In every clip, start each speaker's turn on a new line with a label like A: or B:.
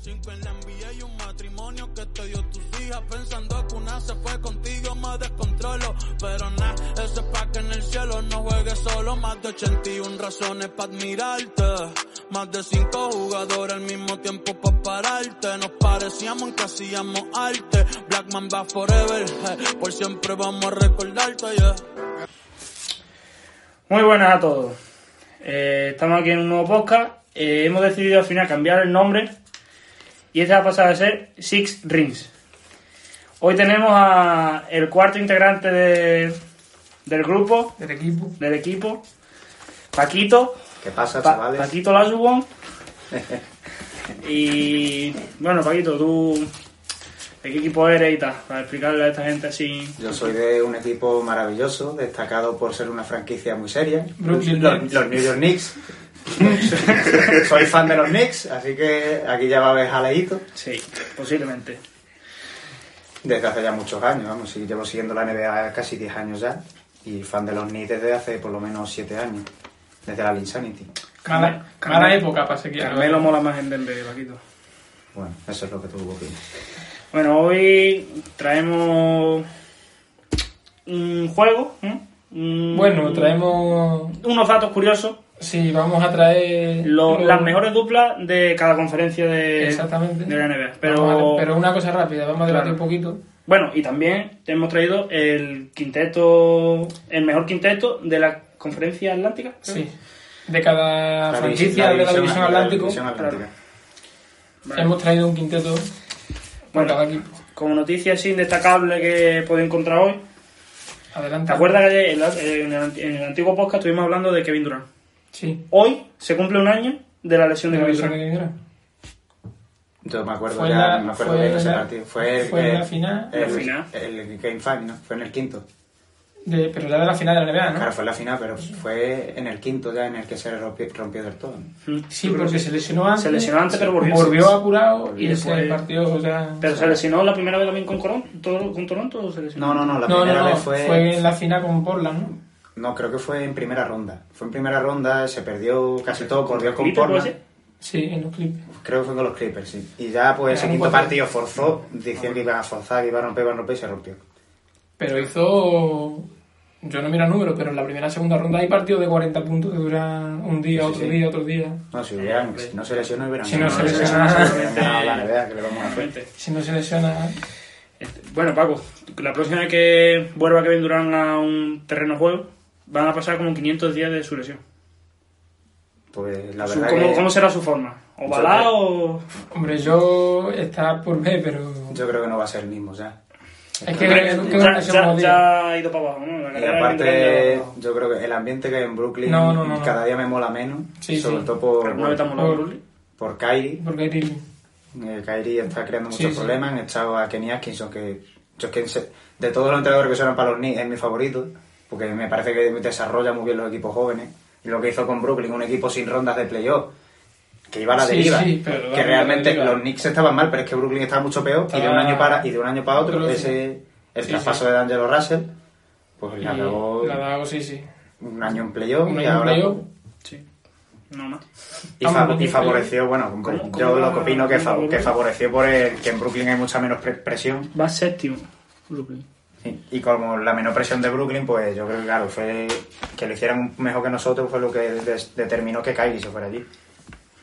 A: Cinco en la envidia y un matrimonio que te dio tus hijas. Pensando que una se fue contigo, me descontrolo. Pero nada, ese pa' que en el cielo no juegue solo. Más de 81 razones para admirarte. Más de cinco jugadores al mismo tiempo para pararte. Nos parecíamos en que hacíamos arte. Blackman va forever, eh, por siempre vamos a recordarte, yeah.
B: Muy buenas a todos. Eh, estamos aquí en un nuevo podcast. Eh, hemos decidido al final cambiar el nombre y este va a pasar a ser Six Rings. Hoy tenemos a el cuarto integrante de- del grupo,
C: del equipo.
B: del equipo, Paquito,
D: ¿Qué pasa,
B: Pa-
D: chavales?
B: Paquito Lasubón. y bueno, Paquito, tú de qué equipo eres y tal, para explicarle a esta gente así.
D: Yo soy de un equipo maravilloso, destacado por ser una franquicia muy seria.
C: Brooklyn
D: los,
C: Nets.
D: los New York Knicks. soy fan de los Knicks, así que aquí ya va a haber jaleíto.
B: Sí, posiblemente.
D: Desde hace ya muchos años, vamos, sí, llevo siguiendo la NBA casi 10 años ya. Y fan de los Knicks desde hace por lo menos 7 años, desde la Insanity.
C: Cada, cada
B: Carmelo-
C: época pasa que
B: Carmelo mola más en Denver, Paquito.
D: Bueno, eso es lo que tuvo opinas.
B: Bueno, hoy traemos un juego. ¿eh? Un-
C: Bueno, traemos.
B: unos datos curiosos.
C: Sí, vamos a traer.
B: lo-
C: lo-
B: Las mejores duplas de cada conferencia de,
C: Exactamente.
B: de la NBA.
C: Vamos
B: Pero,
C: a- pero una cosa rápida, vamos a debatir
B: Claro.
C: un poquito.
B: bueno, y también te hemos traído el quinteto, el mejor quinteto de la conferencia atlántica. creo.
C: Sí. De cada
D: La
C: franquicia
D: división-
C: de la División Atlántico,
D: división Atlántica.
B: Vale.
C: hemos traído un quinteto por
B: Bueno.
C: cada equipo.
B: Como noticia así indestacable que puedo encontrar hoy.
C: Adelante.
B: ¿Te acuerdas que ayer en la- en el, en el antiguo podcast estuvimos hablando de Kevin Durant?
C: Sí.
B: Hoy se cumple un año de la lesión de
C: ¿De la
B: Kevin
C: división
B: Durant.
C: de Durán?
D: Yo me acuerdo
C: Fue
D: ya,
C: la-
D: me acuerdo
C: fue
D: bien de ese
C: la-
D: partido. Fue, el-
C: fue
D: el-
C: la final.
D: El,
B: La final.
D: el Game Five, ¿no? Fue en el quinto.
C: De- pero la de la final de la NBA, ¿no?
D: Claro, fue en la final, pero fue en el quinto ya en el que se rompió, rompió del todo. ¿no?
B: Mm.
C: Sí, porque se lesionó antes.
B: Se lesionó antes, pero volvió.
C: apurado y
B: Y
C: después
B: después-
C: el partido, o sea.
B: ¿Pero se lesionó la primera vez también con, Coron- Toro- con Toronto o se lesionó?
D: No, no, no, la
C: no,
D: primera
C: no, no.
D: vez fue...
C: Fue en la final con Portland, ¿no?
D: No, creo que fue en primera ronda. Fue en primera ronda, se perdió casi todo, corrió con
B: ¿Clippers puede
D: Portland.
B: ser?
C: Sí, en los clips.
D: Creo que fue con los Clippers, sí. Y ya pues ese
C: Era un
D: quinto
C: cuatro.
D: partido forzó, diciendo que iban a forzar, que iban a romper, iban a romper y se rompió.
C: Pero hizo. Yo no miro números, pero en la primera segunda ronda hay partidos de 40 puntos que duran un día,
D: Sí, sí,
C: otro
D: sí.
C: día, otro día.
D: No, si, hubieran, si no se lesionó, hubieran
C: Si no
D: ganado.
C: se
D: Hubieran
C: lesionaba,
D: ganado, hubieran ganado la
B: eh,
D: NBA, que le vamos a hacer.
B: Realmente.
C: Si no se lesiona.
B: Este, bueno, Paco, la próxima vez que vuelva Kevin Durant a un terreno de juego, van a pasar como 500 días de su lesión.
D: Pues la
B: Su-
D: verdad
B: ¿cómo,
D: que...
B: cómo será su forma? ¿Ovalada o...?
C: Hombre, yo está por ver, pero.
D: Yo creo que no va a ser el mismo ya.
C: Es que creo que- que una
B: Ya,
C: lesión
B: ya-
C: más día.
B: ya ha ido para abajo, ¿no? La
D: Y
B: carrera de Kevin
D: aparte,
B: Durant ya
D: yo creo que el ambiente que hay en Brooklyn
C: No, no, no, no.
D: cada día me mola menos.
C: Sí,
D: sobre
C: sí.
D: todo
B: va
D: por,
B: para abajo. Pero no metamos la
C: Por-
B: Brooklyn.
D: por Kyrie.
C: Porque hay Riley.
D: Eh, Kyrie está creando
C: Sí,
D: muchos
C: sí.
D: problemas. Han echado a Kenny Atkinson, que yo es que se- de todos los entrenadores que suenan para los Knicks es mi favorito, porque me parece que desarrolla muy bien los equipos jóvenes. Y lo que hizo con Brooklyn, un equipo sin rondas de playoff, que iba a la
C: Sí,
D: deriva.
C: sí, pero
D: que
C: va a
D: realmente
C: la deriva.
D: los Knicks estaban mal, pero es que Brooklyn estaba mucho peor. Y de un
C: Estaba-
D: año para, y de un año para otro,
C: Otro, sí.
D: ese, el
C: Sí,
D: traspaso
C: sí.
D: de D'Angelo Russell, pues le
C: Y
D: acabó
C: La Dago, sí, sí.
D: un año en playoff
C: Un
D: y
C: año en
D: ahora-
C: playoff.
B: Sí. No más.
D: y,
C: Vamos,
D: fa-
C: un año
D: y
C: en
D: favoreció, bueno,
B: ¿Cómo- cómo
D: yo
B: va-
D: lo que opino que,
B: cómo va
D: fa- que
B: Brooklyn?
D: favoreció por el que en Brooklyn hay mucha menos pre- presión
B: Va séptimo, Brooklyn.
D: Sí, y como la menor presión de Brooklyn, pues yo creo que claro, fue que lo hicieran mejor que nosotros fue lo que des- determinó que Kyrie se fuera allí.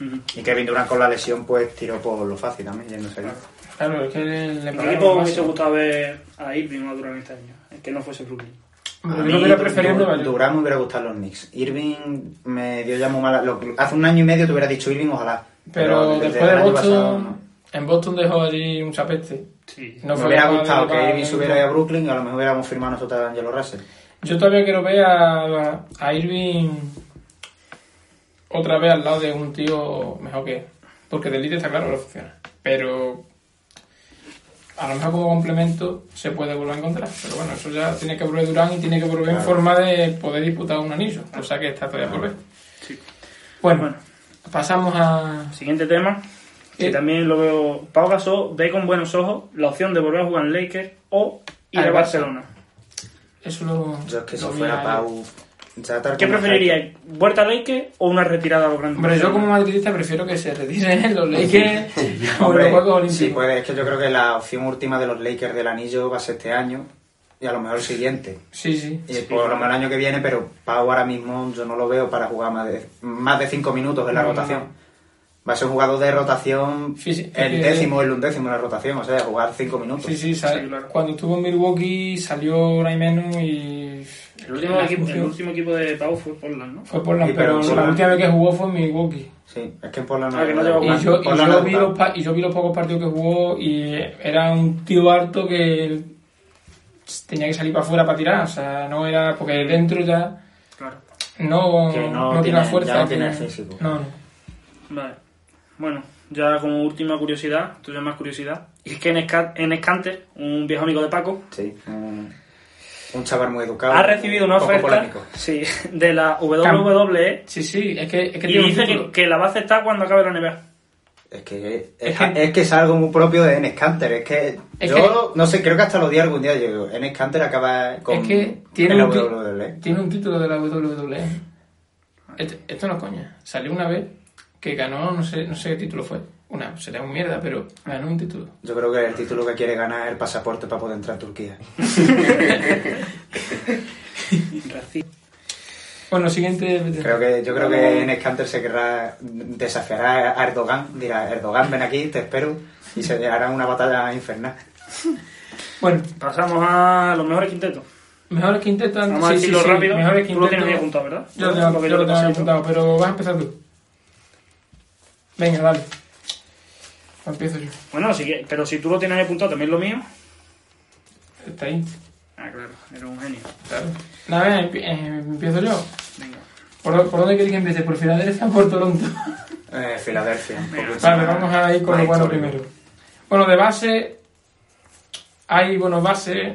B: Ujú.
D: Y Kevin Durant con la lesión pues tiró por lo fácil también, yéndose allí.
C: Claro, es que le
B: El equipo me hubiese gustado ver a Irving o a Durant este año, el que no fuese Brooklyn.
D: A
C: Yo
D: mí
C: hubiera preferido
D: Du-
C: Nueva York.
D: Durant me hubiera gustado los Knicks. Irving me dio ya muy mala... lo que- hace un año y medio te hubiera dicho Irving, ojalá.
C: Pero
D: desde
C: después
D: el
C: de
D: año pasado,
C: Boston,
D: no.
C: en Boston dejó allí un chapete.
B: Sí.
C: No
D: me
C: fue
D: hubiera
C: capaz de
D: gustado que
C: llevar-
D: Irving se hubiera ido a Brooklyn y a lo mejor hubiéramos firmado nosotros a Angelo Russell.
C: Yo todavía quiero ver a, a Irving otra vez al lado de un tío mejor que él. Porque del líder está claro que no funciona. Pero a lo mejor como complemento se puede volver a encontrar. Pero bueno, eso ya tiene que volver Durán y tiene que volver en
D: Claro.
C: forma de poder disputar un anillo. Cosa que está todavía por ver.
B: Sí.
C: Bueno,
B: Pues Bueno.
C: pasamos a...
B: Siguiente tema, que
C: Eh.
B: también lo veo. Pau Gasol ve con buenos ojos la opción de volver a jugar en Lakers o ir
C: Al
B: a
C: Barça.
B: Barcelona.
C: Eso lo...
D: Yo es que si
C: lo vi
D: fuera
C: a-
D: Pau, Zatar
B: ¿Qué
D: como
B: preferiría? ¿Vuelta a Lakers o una retirada a los grandes?
C: Hombre, yo como madridista prefiero que se retiren los Lakers
D: efecto.
C: o los Juegos
D: Hombre,
C: Olímpicos.
D: sí, pues es que yo creo que la opción última de los Lakers del anillo va a ser este año y a lo mejor el siguiente.
C: sí, sí.
D: Y por lo menos el año que viene, pero Pau ahora mismo yo no lo veo para jugar más de, más de cinco minutos en la
C: No, no,
D: rotación. Va a ser un jugador de rotación
C: Sí, sí.
D: el décimo, el undécimo en la rotación, o sea, jugar cinco minutos.
C: Sí, sí, sal-
B: Sí, claro.
C: cuando estuvo en Milwaukee salió Raimenu y...
B: El último,
C: la
B: equipo, el
C: función
B: último equipo de Pau fue Portland, ¿no?
C: Fue por la,
D: Sí, pero
C: pero
D: sí,
C: la
D: la-
C: última vez que jugó fue en Milwaukee.
D: Sí, es que por la
B: Ah, que no lleva
C: Y
B: Bueno,
C: yo, y, yo
D: por la
C: vi
D: nota.
C: los, pa- y yo vi los pocos partidos que jugó y era un tío harto que tenía que salir para afuera para tirar. O sea, no era. Porque dentro ya
B: Claro.
C: no,
D: Que no
C: no, tiene la
D: tiene-
C: fuerza.
D: ya no
C: que-
D: tiene el físico.
C: No, no.
B: Vale. Bueno, ya como última curiosidad, tú tienes más curiosidad. Y es que en, Esca- en Escante, un viejo amigo de Paco,
D: Sí, un, un chaval muy educado.
B: ha recibido una
D: un poco
B: oferta
D: polémico.
B: sí, de la WWE
C: Sí, sí, es que, es que
B: y
C: tiene un
B: dice que,
C: título.
B: que la va a aceptar cuando acabe la NBA.
D: Es que es,
C: Es
D: es
C: que-
D: que, es algo muy propio de Enes Kanter. Es que
C: Es
D: yo no sé, creo que hasta lo di algún día. Yo digo, Enes Kanter acaba con
C: Es que tiene
D: el E.
C: un ti-
D: WWE.
C: Tiene un título de la WWE. Este- esto no es coña. Salió una vez que ganó, no sé, no sé qué título fue. Una, sería un mierda, pero ganó un título.
D: Yo creo que el título que quiere ganar es el pasaporte para poder entrar a Turquía.
C: Bueno, siguiente.
D: Creo que, yo creo que Enes Kanter se querrá desafiar a Erdogan. Dirá, Erdogan, ven aquí, te espero. Y se hará una batalla infernal.
C: Bueno,
B: Pasamos a los mejores quintetos.
C: mejor quinteto. antes-
B: Vamos a
C: sí, sí,
B: decirlo
C: sí,
B: rápido.
C: Mejor
B: Tú lo tienes
C: quinteto-
B: ahí apuntado, ¿verdad?
C: Yo lo tengo,
B: Porque
C: yo lo tengo
B: pasé
C: ahí
B: todo.
C: apuntado, pero vas a empezar tú. Venga, dale. Pues Empiezo yo.
B: Bueno, sí que- pero si tú lo tienes ahí apuntado, también lo mío.
C: Está ahí.
B: Ah, claro, eres un genio.
C: Claro. Nada, empi- eh, empiezo yo.
B: Venga.
C: ¿Por, por dónde queréis que empiece? ¿Por Filadelfia o por Toronto?
D: Eh, Filadelfia. un poco
C: Vale,
D: más-
C: vamos a ir con
D: más
C: lo bueno
D: histórico.
C: primero. Bueno, de base hay buenos bases,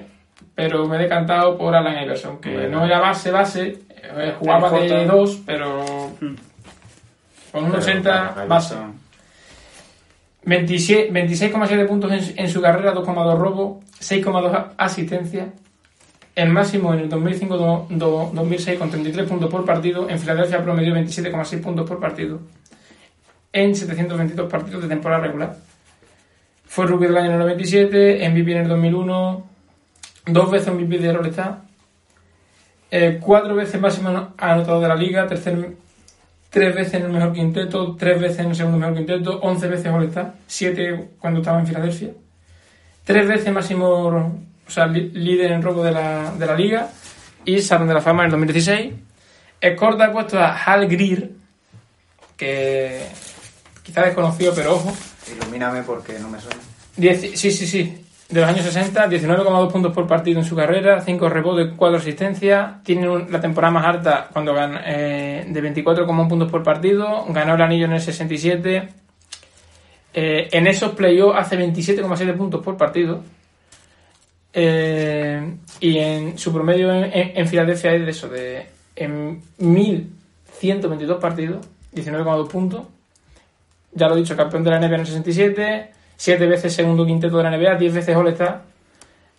C: pero me he decantado por Alan Iverson, que
D: Bueno.
C: no era base, base, eh, jugaba
B: Era
C: de
B: corta.
C: dos, pero
B: Mm.
C: con un
D: Hmm. Pero,
C: 80
D: claro,
C: base.
D: Iverson,
C: 26 26,7 puntos en, en su carrera, 2,2 robo, 6,2 asistencia. El máximo en el 2005-2006 con 33 puntos por partido. En Filadelfia promedió 27,6 puntos por partido. En 722 partidos de temporada regular. Fue rookie del año en el 97, MVP en el 2001, dos veces MVP de All Star, eh, cuatro veces máximo ano- anotador de la liga, tercer tres veces en el mejor quinteto, tres veces en el segundo mejor quinteto, once veces all Star, siete cuando estaba en Filadelfia, tres veces máximo, o sea, li- líder en robo de la, de la liga y Salón de la Fama en el 2016. Escorta ha puesto a Hal Greer, que quizá desconocido, pero ojo.
D: Ilumíname porque no me suena.
C: Dieci- sí, sí, sí. De los años 60, 19,2 puntos por partido en su carrera, 5 rebotes, 4 asistencias. Tiene un- la temporada más alta cuando ganó de 24,1 puntos por partido. Ganó el anillo en el 67. Eh, en esos playoffs hace 27,7 puntos por partido. Eh, y en su promedio en, en- en Filadelfia es de eso, de en 1122 partidos, 19,2 puntos ya lo he dicho, campeón de la NBA en el 67, 7 veces segundo quinteto de la NBA, 10 veces All-Star,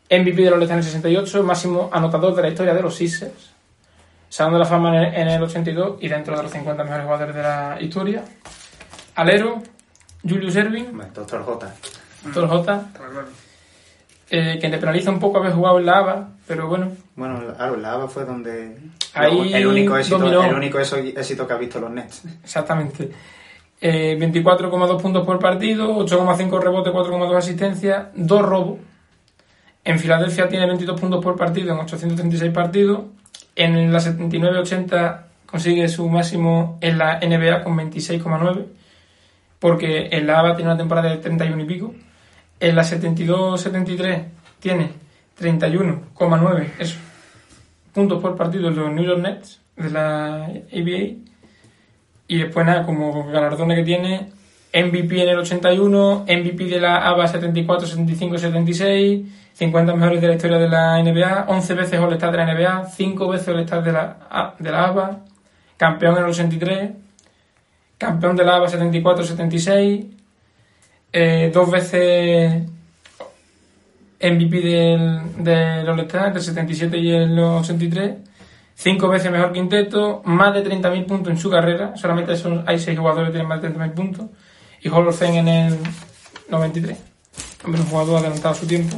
C: MVP de la All-Star en el 68, máximo anotador de la historia de los Sixers, Salón de la Fama en el, en el 82 y dentro de los 50 mejores jugadores de la historia. Alero, Julius Erving,
D: Doctor J.
C: Thor J,
B: Está claro.
C: eh, que te penaliza un poco haber jugado en la ABA, pero bueno,
D: Bueno, claro, la ABA fue donde.
C: Ahí
D: el único éxito,
C: dominó.
D: el único eso- éxito que ha visto los Nets.
C: Exactamente. Eh, 24,2 puntos por partido, 8,5 rebote, 4,2 asistencia, 2 robos. En Filadelfia tiene 22 puntos por partido en 836 partidos. En la 79-80 consigue su máximo en la NBA con 26,9. Porque en la ABA tiene una temporada de 31 y pico. En la 72-73 tiene 31,9 eso, puntos por partido en los New York Nets de la ABA. Y después, nada, como galardones que tiene, MVP en el 81, MVP de la ABA 74, 75, 76, 50 mejores de la historia de la NBA, 11 veces All-Star de la NBA, 5 veces All-Star de la, A- de la ABA, campeón en el 83, campeón de la ABA 74, 76, eh, dos veces MVP del, del All-Star, entre el 77 y el 83, Cinco veces mejor quinteto, más de 30.000 puntos en su carrera. Solamente son- hay seis jugadores que tienen más de 30.000 puntos. Y Hall of Fame en el 93. Hombre, un jugador adelantado a su tiempo.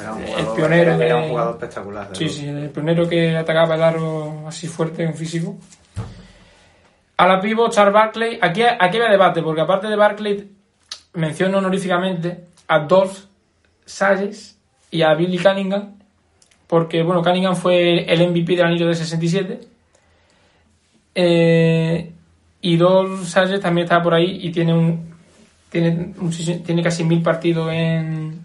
D: Era un
C: El
D: jugador-
C: pionero
D: era, era un
C: de-
D: jugador espectacular. de
C: Sí,
D: verdad.
C: sí, el primero que atacaba el aro así fuerte, un físico. A la pivo, Charles Barkley. Aquí, aquí había debate, porque aparte de Barkley, menciono honoríficamente a Dolph Salles y a Billy Cunningham, porque, bueno, Cunningham fue el MVP del anillo de 67. Eh, y Dolph Salles también está por ahí y tiene un. Tiene, un sesi- tiene casi mil partidos en,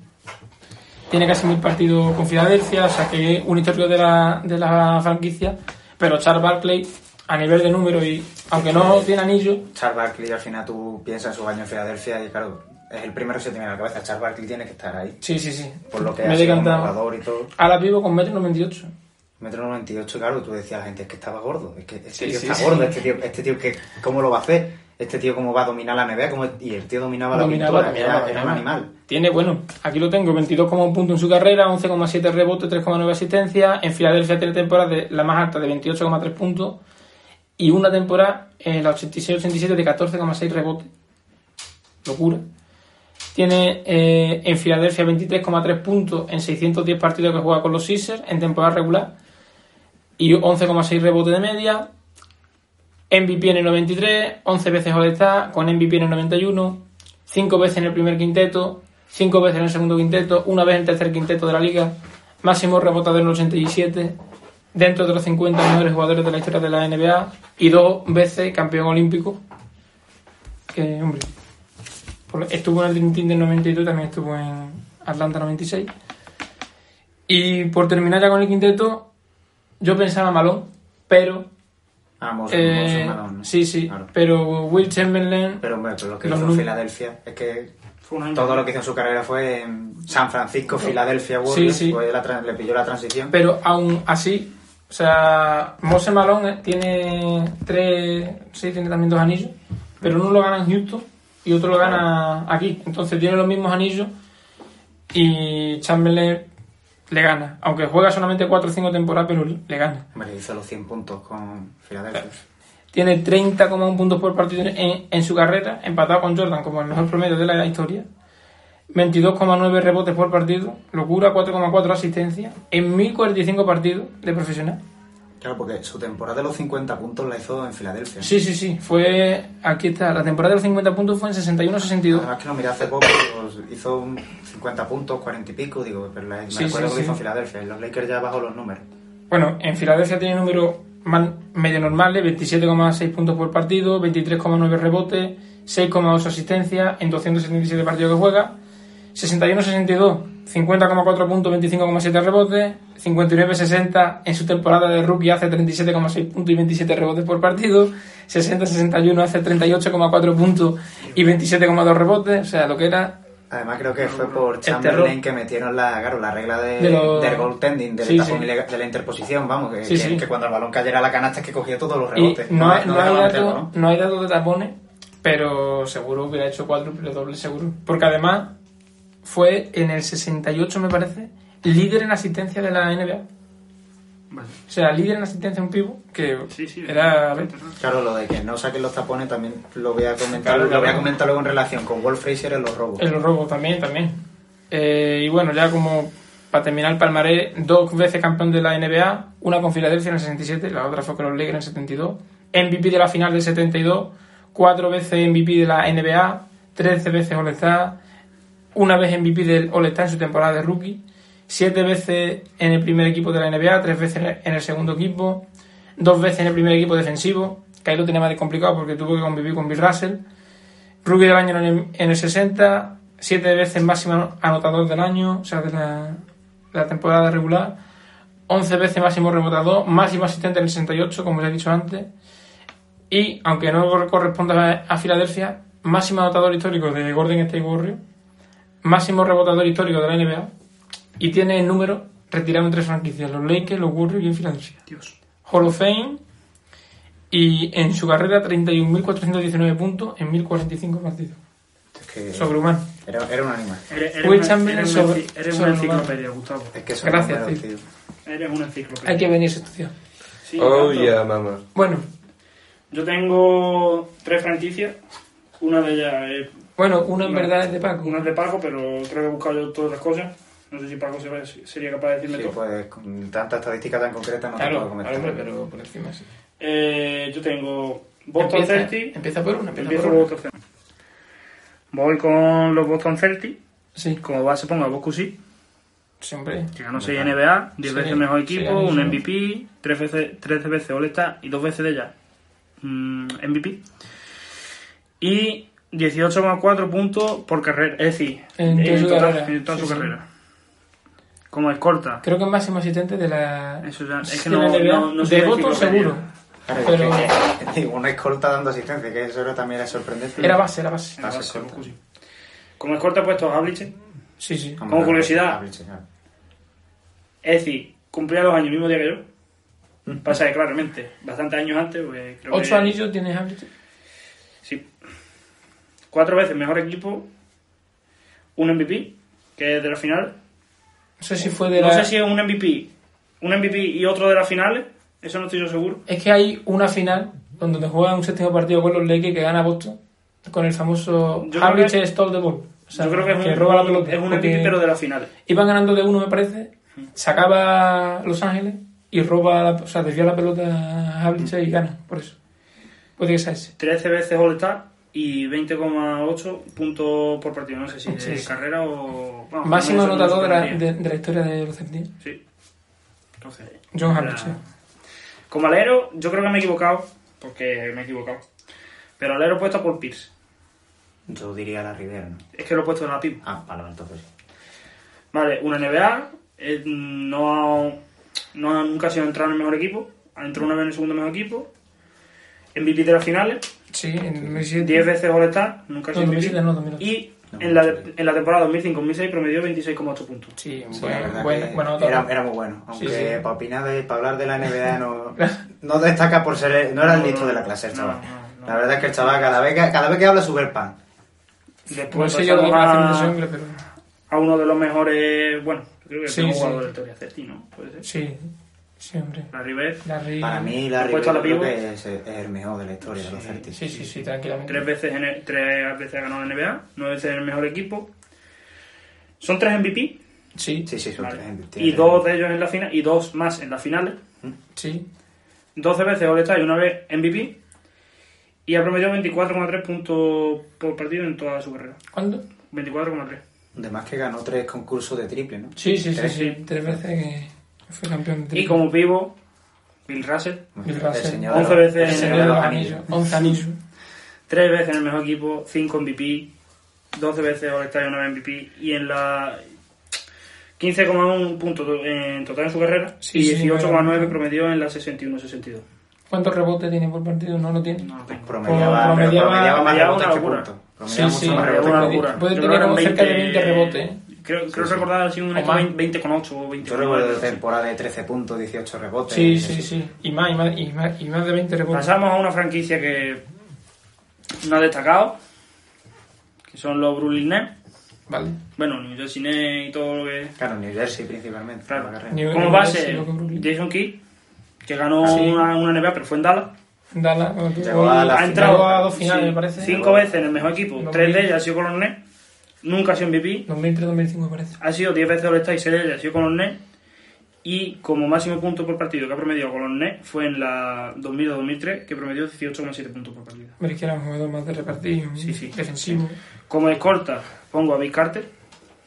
C: tiene casi mil partidos con Filadelfia, o sea que es un histórico de la, de la franquicia, pero Charles Barkley a nivel de número y aunque no tiene anillo,
D: Charles Barkley, al final tú piensas en su año en Filadelfia y claro, es el primero que se te viene a la cabeza. Charles Barkley tiene que estar ahí.
C: sí, sí, sí,
D: Por lo que
C: me
D: ha
C: he
D: sido un
C: encantado.
D: jugador y todo.
C: Ahora vivo con metro 98.
D: Metro 98, claro, tú decías gente, es que estaba gordo. Es que este
C: Sí,
D: tío
C: sí,
D: está
C: sí.
D: gordo, este tío, este tío que, ¿cómo lo va a hacer? Este tío cómo va a dominar la NBA, ¿Cómo- y el tío dominaba,
C: Dominaba,
D: la pintura,
C: dominaba,
D: era, era un
C: dominaba.
D: animal.
C: Tiene, bueno, aquí lo tengo, 22,1 puntos en su carrera, 11,7 rebotes, 3,9 asistencia. En Filadelfia tiene temporadas de, la más alta de 28,3 puntos y una temporada en la 86-87 de 14,6 rebotes. Locura. Tiene eh, en Filadelfia 23,3 puntos en 610 partidos que juega con los Sixers en temporada regular y 11,6 rebotes de media. MVP en el 93, 11 veces All-Star, con MVP en el 91, 5 veces en el primer quinteto, 5 veces en el segundo quinteto, una vez en el tercer quinteto de la liga, máximo rebotador en el 87, dentro de los 50 mejores jugadores de la historia de la NBA y dos veces campeón olímpico. Que, hombre, por- estuvo en el Dream Team del 92, también estuvo en Atlanta 96. Y por terminar ya con el quinteto, yo pensaba Malón, pero
D: Ah, Moses- Moses
C: eh,
D: Malone, ¿no?
C: sí, sí,
D: Claro.
C: pero Will Chamberlain,
D: Pero hombre, pero lo que
C: Los
D: hizo
C: num-
D: Filadelfia es que
B: Fue un año.
D: todo lo que hizo en su carrera fue en San Francisco, Filadelfia, Warriors,
C: sí.
D: pues la tran- le pilló la transición.
C: pero aún así, o sea, Moses Malone eh, tiene tres, sí, tiene también dos anillos, pero uno lo gana en Houston y otro lo gana aquí, entonces tiene los mismos anillos y Chamberlain le gana, aunque juega solamente cuatro o cinco temporadas, pero le gana.
D: Hombre, hizo los 100 puntos con Filadelfia.
C: Tiene 30,1 puntos por partido en, en su carrera, empatado con Jordan como el mejor promedio de la historia. 22,9 rebotes por partido, locura, 4,4 asistencia, en 1045 partidos de profesional.
D: Claro, porque su temporada de los 50 puntos la hizo en Filadelfia.
C: Sí, sí, sí, fue. Aquí está, la temporada de los 50 puntos fue en 61-62.
D: Además que lo miré hace poco, pues, hizo un 50 puntos, 40 y pico, digo, pero la, me
C: Sí,
D: acuerdo
C: sí,
D: que
C: sí.
D: hizo en Filadelfia. y Los Lakers ya bajó los números.
C: Bueno, en Filadelfia tiene números más- medio normales, 27,6 puntos por partido, 23,9 rebotes, 6,8 asistencia en 277 partidos que juega, 61-62, 50,4 puntos, 25,7 rebotes, 59-60 en su temporada de rookie hace 37,6 puntos y 27 rebotes por partido, 60-61 hace 38,4 puntos y 27,2 rebotes, o sea, lo que era
D: Además creo que fue
C: terror.
D: por Chamberlain que metieron la, claro, la regla de,
C: De lo-
D: del goaltending, del
C: Sí,
D: tajón
C: sí.
D: ilegal- de la interposición, vamos, que,
C: Sí,
D: que-
C: sí.
D: que cuando el balón cayera a la canasta es que cogía todos los
C: Y
D: rebotes.
C: no, hay- no hay
D: dejaban
C: dato-
D: meterlo, ¿no?
C: no hay datos de tapones, pero seguro hubiera hecho cuádruple doble, seguro. Porque además fue en el 68, me parece, líder en asistencia de la NBA.
B: Vale.
C: O sea, líder en asistencia un pivo, que
B: Sí, sí.
C: era... a ver,
D: Claro, lo de que no saquen los tapones también lo voy a comentar,
C: Claro,
D: lo voy
C: claro.
D: a comentar luego en relación con Wolf Fraser en los robos.
C: En los robos también, también. Eh, y bueno, ya como para terminar el palmarés, dos veces campeón de la NBA, una con Filadelfia en el 67, la otra fue con los Lakers en el 72, MVP de la final del 72, cuatro veces MVP de la NBA, 13 veces All-Star, una vez MVP del All-Star en su temporada de rookie, siete veces en el primer equipo de la NBA, tres veces en el segundo equipo, dos veces en el primer equipo defensivo, que ahí lo tenía más de complicado porque tuvo que convivir con Bill Russell, Rookie del año en el, en el 60, siete veces máximo anotador del año, o sea, de la, de la temporada regular, 11 veces máximo rebotador, máximo asistente en el 68, como ya he dicho antes, y, aunque no corresponda a, a Filadelfia, máximo anotador histórico de Gordon State Warriors, máximo rebotador histórico de la NBA, y tiene el número retirado en tres franquicias, los Lakers, los Warriors y en Filadelfia.
B: Dios.
C: Hall of Fame y en su carrera 31.419 puntos en 1.045 partidos.
D: Es que
C: Sobrehumano.
D: era, era un animal.
B: Eres, eres
C: Will
B: una,
C: Chamberlain
B: eres una
C: sobre-
B: encicl- eres
C: sobre
B: una
C: humano.
B: enciclopedia, Gustavo.
D: Es que son
C: Gracias,
D: números,
C: tío.
D: tío.
B: Eres una enciclopedia.
C: Hay que venirse a estudiar.
B: Sí,
E: Oh,
B: tanto.
E: yeah, mamá.
C: Bueno,
B: Yo tengo tres franquicias. Una de ellas es
C: bueno, una en
B: No.
C: verdad es de Paco.
B: una es de Paco, pero creo que he buscado yo todas las cosas. No sé si Paco se va- sería capaz de decirme
D: Sí,
B: todo.
D: pues con tanta estadística tan concreta no te
C: Claro,
D: puedo comentar.
C: hombre, pero por encima sí.
B: Eh, yo tengo Boston
C: Empieza,
B: Celtics.
C: empieza por una, empieza
B: Empiezo
C: por
B: con
C: una.
B: Boston Celtics. Voy con los Boston Celtics.
C: Sí,
B: Como base pongo a Boscusi,
C: siempre.
B: que ganó 6 NBA, 10
C: Sí,
B: veces mejor
C: sí,
B: equipo,
C: ganó,
B: un
C: sí.
B: MVP, 13 veces, 13 veces All-Star y 2 veces de ella mm, MVP. Y 18,4 puntos por carrera, es decir,
C: En toda su
B: total-
C: carrera.
B: en toda
C: Sí,
B: su
C: sí.
B: carrera. Como escorta.
C: Creo que es máximo asistente de la.
B: Eso ya- es que
C: de la
B: no-
C: NBA.
B: no- no sé
C: de
B: la
C: voto
B: enciclopedia.
C: seguro.
D: Claro, es
C: Pero-
D: que- digo, una escolta dando asistencia, que eso era- también era sorprendente.
C: Era base, era base.
B: En la
D: Ah, sí,
B: base,
D: escolta.
B: Boscusi. Como escorta he puesto a Havlicek.
C: Sí, sí.
D: Hombre,
B: Como curiosidad.
D: hable, señor.
B: Es decir, cumplía los años el mismo día que yo. Pasa que claramente, bastantes años antes, pues creo
C: Ocho
B: que...
C: anillos tienes Hamilton.
B: Sí. Cuatro veces mejor equipo, un MVP, que es de la final.
C: No sé si fue de la.
B: No sé si es un MVP, un MVP y otro de las finales, eso no estoy yo seguro.
C: Es que hay una final donde te juega un séptimo partido con los Lakers que gana Boston con el famoso
B: Yo creo
C: Havlicek
B: que-
C: Stop the Ball. O sea,
B: yo creo que es un,
C: roba la pelota.
B: es un
C: porque
B: MVP, pero de las finales.
C: Iban ganando de uno, me parece. Sacaba Los Ángeles y roba, la- o sea, desvía la pelota a Havlicek y gana. Por eso. Puede que sea ese.
B: 13 veces All-Star y 20,8 puntos por partido. No sé si
C: Sí,
B: de
C: sí.
B: carrera o. bueno, no
C: Máximo
B: sé, no
C: anotador de la,
B: sé,
C: de- de la historia de los Celtics.
B: Sí. Entonces.
C: John
B: era-
C: Havlicek.
B: Como alero, yo creo que me he equivocado, porque me he equivocado. Pero alero he puesto a Paul Pierce.
D: Yo diría la Rivera, ¿no?
B: Es que lo he puesto en la PIB.
D: Ah, vale, entonces.
B: Vale, una NBA, eh, no, no ha- nunca ha sido entrar en el mejor equipo, ha entrado una vez en el segundo mejor equipo, MVP de las finales,
C: Sí, en 2007.
B: 10 veces All-Star, nunca ha sido
C: No,
B: MVP,
C: 2007 no, 2008.
B: y
D: No,
B: en la,
D: 2008.
B: en la temporada 2005-2006 promedió 26,8 puntos.
C: Sí,
D: Sí,
C: bueno,
D: la
C: bueno,
D: verdad
B: Pues,
D: que
C: bueno,
D: era, era muy bueno. Aunque
C: Sí, sí.
D: para opinar de, para hablar de la NBA no, no destaca por ser el- no era el
B: No,
D: listo
B: no,
D: de la clase el
B: no,
D: chaval.
B: no, no.
D: La verdad es que el chaval cada vez que, cada vez que habla sube el pan.
C: No
B: Después
C: sé Pues yo lo que va a hacer
B: pasamos
C: ese
B: a,
C: hombre, pero.
B: a uno de los mejores, bueno, yo creo que
C: Sí,
B: es el
C: sí.
B: jugador de la historia, Ceti, ¿no? Puede ser.
C: Sí, sí, hombre.
B: La River,
C: Larry-
D: Para mí la
B: ¿Has puesto a
D: Rivera
B: la
D: creo
B: pivo?
D: que es, es el mejor de la historia de los Celtics.
C: Sí, sí, sí, tranquilamente.
B: tres veces, en el- tres veces ha ganado la NBA, nueve veces en el mejor equipo. Son tres MVP,
C: Sí, sí,
D: Sí, sí, son
B: Vale.
D: tres, tiene
B: Y
D: tres.
B: dos de ellos en la final, y dos más en las finales. 12 veces All-Star y una vez MVP. Y ha promediado 24,3 puntos por partido en toda su carrera.
C: ¿Cuándo?
B: 24,3.
D: Además que ganó tres concursos de triple, ¿no?
C: Sí, sí, sí,
D: Tres.
C: sí. Tres veces que fue campeón de
B: Y como pivo, Bill Russell.
C: Bill
D: El
C: Russell.
D: señor de los-
B: 11 veces
D: el
B: en
D: señor de los anillos.
C: 11 anillos.
B: 3 veces en el mejor equipo, 5 MVP. 12 veces All-Star y una vez MVP. Y en la. 15,1 puntos en total en su carrera.
C: Sí,
B: y
C: sí,
B: 18,9
C: pero-
B: promedió en la 61-62.
C: ¿Cuántos rebotes tiene por partido? No lo tiene.
B: No lo tengo.
D: Promediaba,
C: Promediaba-
D: pero promediaba más
B: promediaba
D: rebotes
B: una
D: que
B: locura.
D: puntos.
C: Sí,
D: Promediaba
C: sí,
D: mucho más
C: promediaba
B: Era
D: rebotes que
B: una
D: puntos.
B: locura.
C: Puede
B: Yo
C: tener
B: creo que
C: como
B: eran
C: cerca de 20 rebotes, ¿eh?
B: Creo, creo
D: Sí, sí.
B: recordar así un
C: O más.
B: 20,8 o 20,9.
D: Yo recuerdo de temporada de 13 puntos, 18 rebotes.
C: Sí,
D: y
C: sí,
D: así.
C: sí. Y más, y más, y más, y más de 20 rebotes.
B: Pasamos a una franquicia que no ha destacado, que son los Brooklyn Nets.
C: Vale.
B: Bueno, New Jersey Nets y todo lo que...
D: Claro, New Jersey principalmente.
B: Claro.
D: la carrera.
C: New-
B: Como
C: New
B: base,
C: Jersey, lo que Brooklyn. Ah,
B: Jason Kidd, que ganó
C: Sí.
B: una, una NBA, pero fue en Dallas.
C: Dala, bueno, tú-
D: Llegó a la
B: Ha
D: final.
B: entrado
C: a dos finales,
B: sí,
C: me parece.
B: Cinco veces en el mejor equipo,
C: Dos
B: tres de
C: mil.
B: ellas ha sido con los Nets, nunca ha sido MVP,
C: 2003-2005 me parece.
B: ha sido 10 veces All-Star y 6 de ellas ha sido con los Nets. Y como máximo punto por partido que ha promediado con los Nets fue en la 2002-2003, que promedió 18,7 puntos por partido.
C: Hombre, que era un jugador más de repartir,
B: Sí, sí.
C: defensivo.
B: Como escolta, pongo a Big Carter.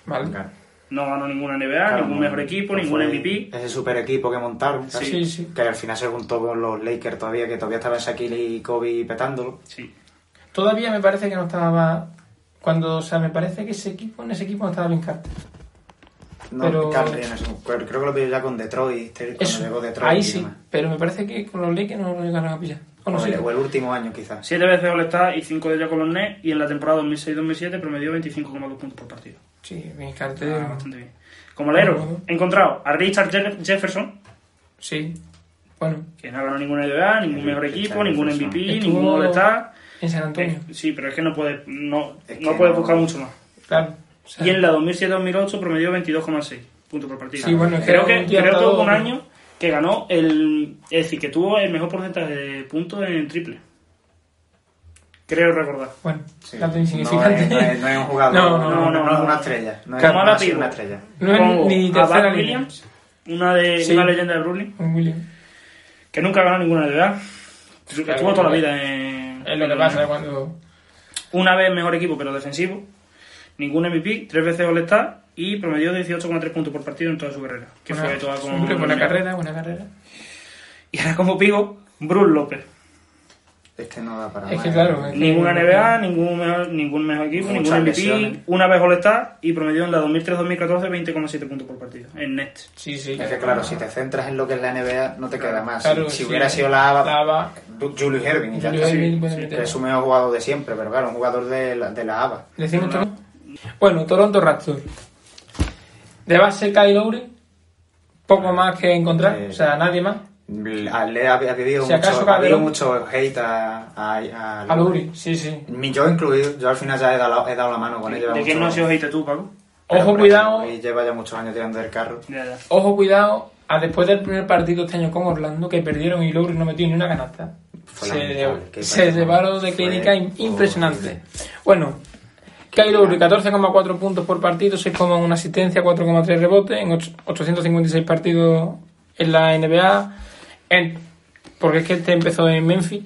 C: Vale.
D: Claro.
B: No ganó ninguna NBA,
D: Claro,
B: ningún
D: no-
B: mejor equipo,
D: no
B: ningún
D: fue
B: MVP.
D: Ese super equipo que montaron.
B: Sí.
C: Sí, sí.
D: Que al final se juntó con los Lakers todavía, que todavía estaban Shaquille y Kobe petándolo.
B: Sí.
C: Todavía me parece que no estaba. Cuando, o sea, me parece que ese equipo, en ese equipo no estaba bien Carter.
D: No,
C: Pero-
D: claro, no sé, creo que lo pilló ya con Detroit, este, cuando
C: Eso,
D: llegó Detroit.
C: ahí
D: y
C: sí,
D: demás.
C: pero me parece que con los Lakers no lo llegaron a pillar.
D: O,
C: O no sé.
D: el, o el último año quizás.
B: Siete veces All-Star y cinco de ellas con los Nets. Y en la temporada 2006-2007 promedió 25,2 puntos por partido.
C: Sí, bien Carter.
B: Ah, bastante bien. Como alero,
C: Eh. Ujú.
B: he encontrado a Richard Jeff- Jefferson,
C: Sí. Bueno,
B: que no ganó ninguna NBA, ningún
D: Sí,
B: mejor
D: Richard
B: equipo, ningún
D: Jefferson.
B: MVP,
C: Estuvo-
B: ningún All-Star.
C: en San Antonio.
B: Eh, sí, pero es que no puedes no,
D: Es
B: no
D: que
B: puedes
D: no-
B: buscar mucho más.
C: Claro. o sea,
B: Y en la 2007-2008 promedió 22,6. puntos por partido.
C: Sí, bueno, es que
B: creo
C: era
B: que,
C: un día
B: creo que
C: todo-
B: hubo un año que ganó el. Es decir, que tuvo el mejor porcentaje de puntos en triple. Creo recordar.
C: Bueno,
D: Sí.
C: dato
D: No es, no
C: insignificante.
D: es- no es un jugador,
C: No,
D: no,
B: no,
C: no,
D: no, es
B: no.
D: una estrella. No es
B: Como ahora
D: una,
B: pivo.
D: una estrella.
C: No es
B: Pongo
C: ni
B: a
C: tercera
B: Bart
C: línea.
B: Williams, una, de,
C: Sí.
B: una leyenda de Brooklyn,
C: Un William.
B: que nunca ganó ninguna NBA. Que
C: Claro,
B: estuvo toda la
C: es-
B: vida en.
C: Es lo que pasa cuando.
B: Una vez mejor equipo, pero defensivo. Ningún MVP, tres veces All-Star y promedió 18,3 puntos por partido en toda su carrera. Que
C: Bueno,
B: fue toda con.
C: Siempre buena carrera, buena carrera.
B: Y ahora como pigo, Bruce López.
D: Es que Este no da para
C: Es que
D: más.
C: claro. es que-
B: Ninguna NBA, ningún mejor, ningún mejor equipo,
D: Muchas
B: ningún MVP,
D: lesiones.
B: una vez All-Star y promedió en la 2003-2014 20,7 puntos por partido en net.
C: Sí, sí.
D: Es que claro, si te centras en lo que es la NBA, no te queda más.
C: eh. Claro,
D: si, si
C: sí.
D: hubiera sido la ABA,
C: La ABA.
D: Julius Erving y ya
C: Julio
D: está.
C: Irving,
B: sí,
C: bueno,
B: sí,
C: te-
D: Que es su mejor jugador de siempre, pero claro, un jugador de la, de la ABA.
C: Decimos todo. Bueno, Toronto Raptors. De base, Kyle Lowry. Poco más que encontrar.
D: Eh,
C: O sea, nadie más.
D: Le ha, le ha ha habido,
C: Si acaso
D: mucho, ha habido
C: Calderón.
D: mucho hate a, a, a-
C: A Lowry, sí, sí.
D: Mi- Yo incluido, yo al final ya he dado, la- he dado la mano con él. lleva
B: ¿De quién
D: mucho-
B: no has sido hate tú, Paco?
D: Pero,
C: Ojo,
D: hombre,
C: cuidado.
D: Y lleva ya muchos años tirando del carro.
B: Ya, ya.
C: Ojo, cuidado. A después del primer partido este año con Orlando, que perdieron y Lowry no metió ni una canasta.
D: Fue
C: se
D: lamentable, qué
C: se
D: partido.
C: llevaron de
D: Fue
C: clínica im-
D: horrible.
C: impresionante. Bueno, Kyle Lowry, 14,4 puntos por partido, 6,1 asistencia, 4,3 rebote, en och- 856 partidos en la NBA. En- porque es que este empezó en Memphis.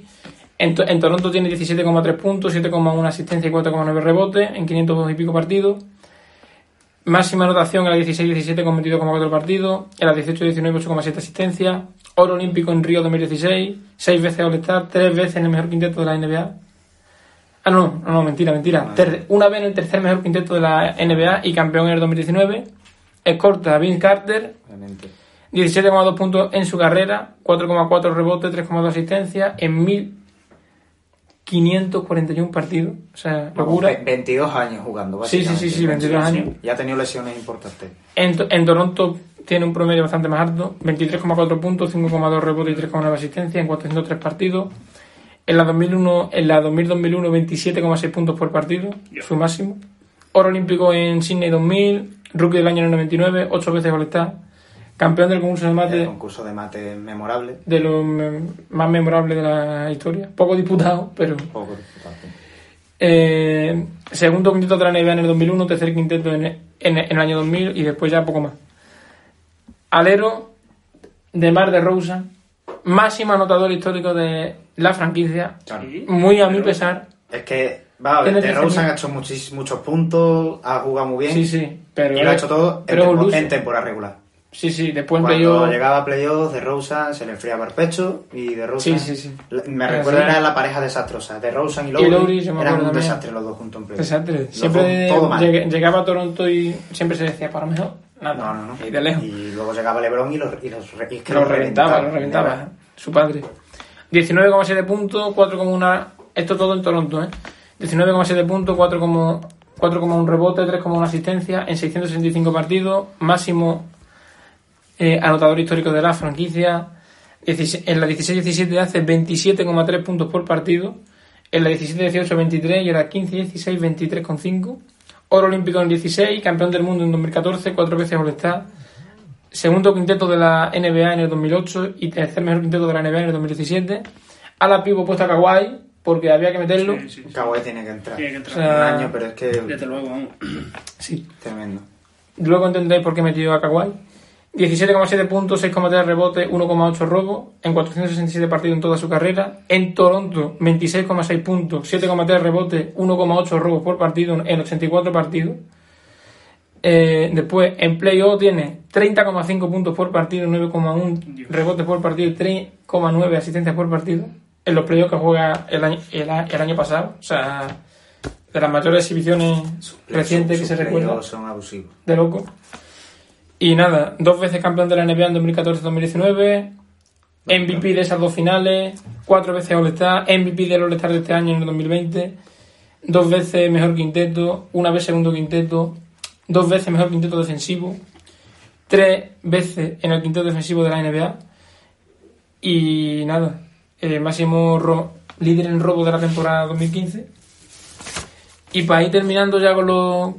C: En, To- en Toronto tiene 17,3 puntos, 7,1 asistencia y 4,9 rebote en 500 y pico partidos. Máxima anotación en la 16-17 con 22,4 partidos, en la 18-19 8,7 asistencia, oro olímpico en Río 2016, 6 veces All-Star, 3 veces en el mejor quinteto de la NBA. Ah, no, no, no, mentira, mentira. Ter- una vez en el tercer mejor quinteto de la NBA y campeón en el 2019. Escorta a Vince Carter,
D: Realmente.
C: 17,2 puntos en su carrera, 4,4 rebotes, 3,2 asistencia en 1541 partidos. O sea, locura.
D: Ve- 22 años jugando,
C: Pues Sí, sí,
D: básicamente.
C: sí, sí, 22 años.
D: Y ha tenido lesiones importantes.
C: En, to- en Toronto tiene un promedio bastante más alto, 23,4 puntos, 5,2 rebotes y 3,9 asistencia en 403 partidos. En la 2001, en la 2000-2001 27,6 puntos por partido,
B: Ya.
C: su máximo. Oro olímpico en Sydney 2000, rookie del año en el 99, 8 veces golestar, campeón del concurso de
D: El
C: mate
D: concurso de mate memorable.
C: de los mem- más memorables de la historia, poco disputado, pero
D: Poco importante.
C: eh, segundo quinteto de la NBA en el 2001, tercer quinteto en, en- en el año 2000 y después ya poco más. Alero de Mar de Rosa, máximo anotador histórico de la franquicia,
D: Claro.
B: Sí.
C: muy a mi
B: Pero-
C: pesar.
D: Es que, va a ver,
C: Tiene
D: de Rosen
C: defensa.
D: ha hecho muchis- muchos puntos, ha jugado muy bien.
C: Sí, sí, pero
D: Y lo ha hecho todo en,
C: pero es un
D: tempo-
C: luce.
D: en temporada regular.
C: Sí, sí, después
D: Cuando
C: yo
D: llegaba a playoffs, de Rosen se le enfriaba el pecho y de Rosen.
C: Sí, sí, sí.
D: la- Me
C: Pero
D: recuerda
C: sí.
D: era la pareja desastrosa. De Rosen y
C: Y
D: Lowry,
C: Lowry, yo me acuerdo
D: eran un
C: también.
D: desastre los dos juntos en playoffs.
C: desastre.
D: Los
C: Siempre
D: dos, todo mal.
C: llegué- llegaba a Toronto y siempre se decía para mejor. Nada,
D: No, no, no.
C: Y de lejos.
D: Y luego llegaba LeBron y los, y los, re- y es
C: que lo reventaba, lo reventaba. Su padre. 19,7 puntos, 4,1. Esto todo en Toronto, ¿eh? 19,7 puntos, 4,1 4,1 rebote, 3,1 asistencia en 665 partidos, máximo eh, anotador histórico de la franquicia. 16 En la 16-17 hace 27,3 puntos por partido. En la 17-18, 23. Y en la 15-16, 23,5. Oro olímpico en 16. Campeón del mundo en 2014. Cuatro veces All-Star. Segundo quinteto de la NBA en el 2008. Y tercer mejor quinteto de la NBA en el 2017. A la pivo puesta a Kawhi. Porque había que meterlo.
B: Sí, sí, sí.
D: Kawhi tiene que entrar.
B: Tiene que entrar.
C: O sea,
D: Un año, pero es
B: Desde
D: que
B: luego, vamos.
C: Sí.
D: tremendo.
C: Luego entendéis por qué metió a Kawhi. 17,7 puntos, 6,3 rebotes, 1,8 robo en 467 partidos en toda su carrera. En Toronto, 26,6 puntos, 7,3 rebotes, 1,8 robos por partido en 84 partidos. Eh, después, en playoff tiene 30,5 puntos por partido, 9,1
B: Dios.
C: rebotes por partido y 3,9 asistencias por partido. En los playoffs que juega el año, el, a- el año pasado, o sea, de las mayores exhibiciones recientes que
D: Sus
C: se
D: playoffs
C: recuerdan
D: son abusivos.
C: de loco. Y nada, dos veces campeón de la NBA en 2014-2019, MVP de esas dos finales, cuatro veces All-Star, MVP del All-Star de este año en el 2020, dos veces mejor quinteto, una vez segundo quinteto, dos veces mejor quinteto defensivo, tres veces en el quinteto defensivo de la NBA. Y nada, eh, máximo ro- líder en robo de la temporada 2015. Y para ir terminando ya con, lo,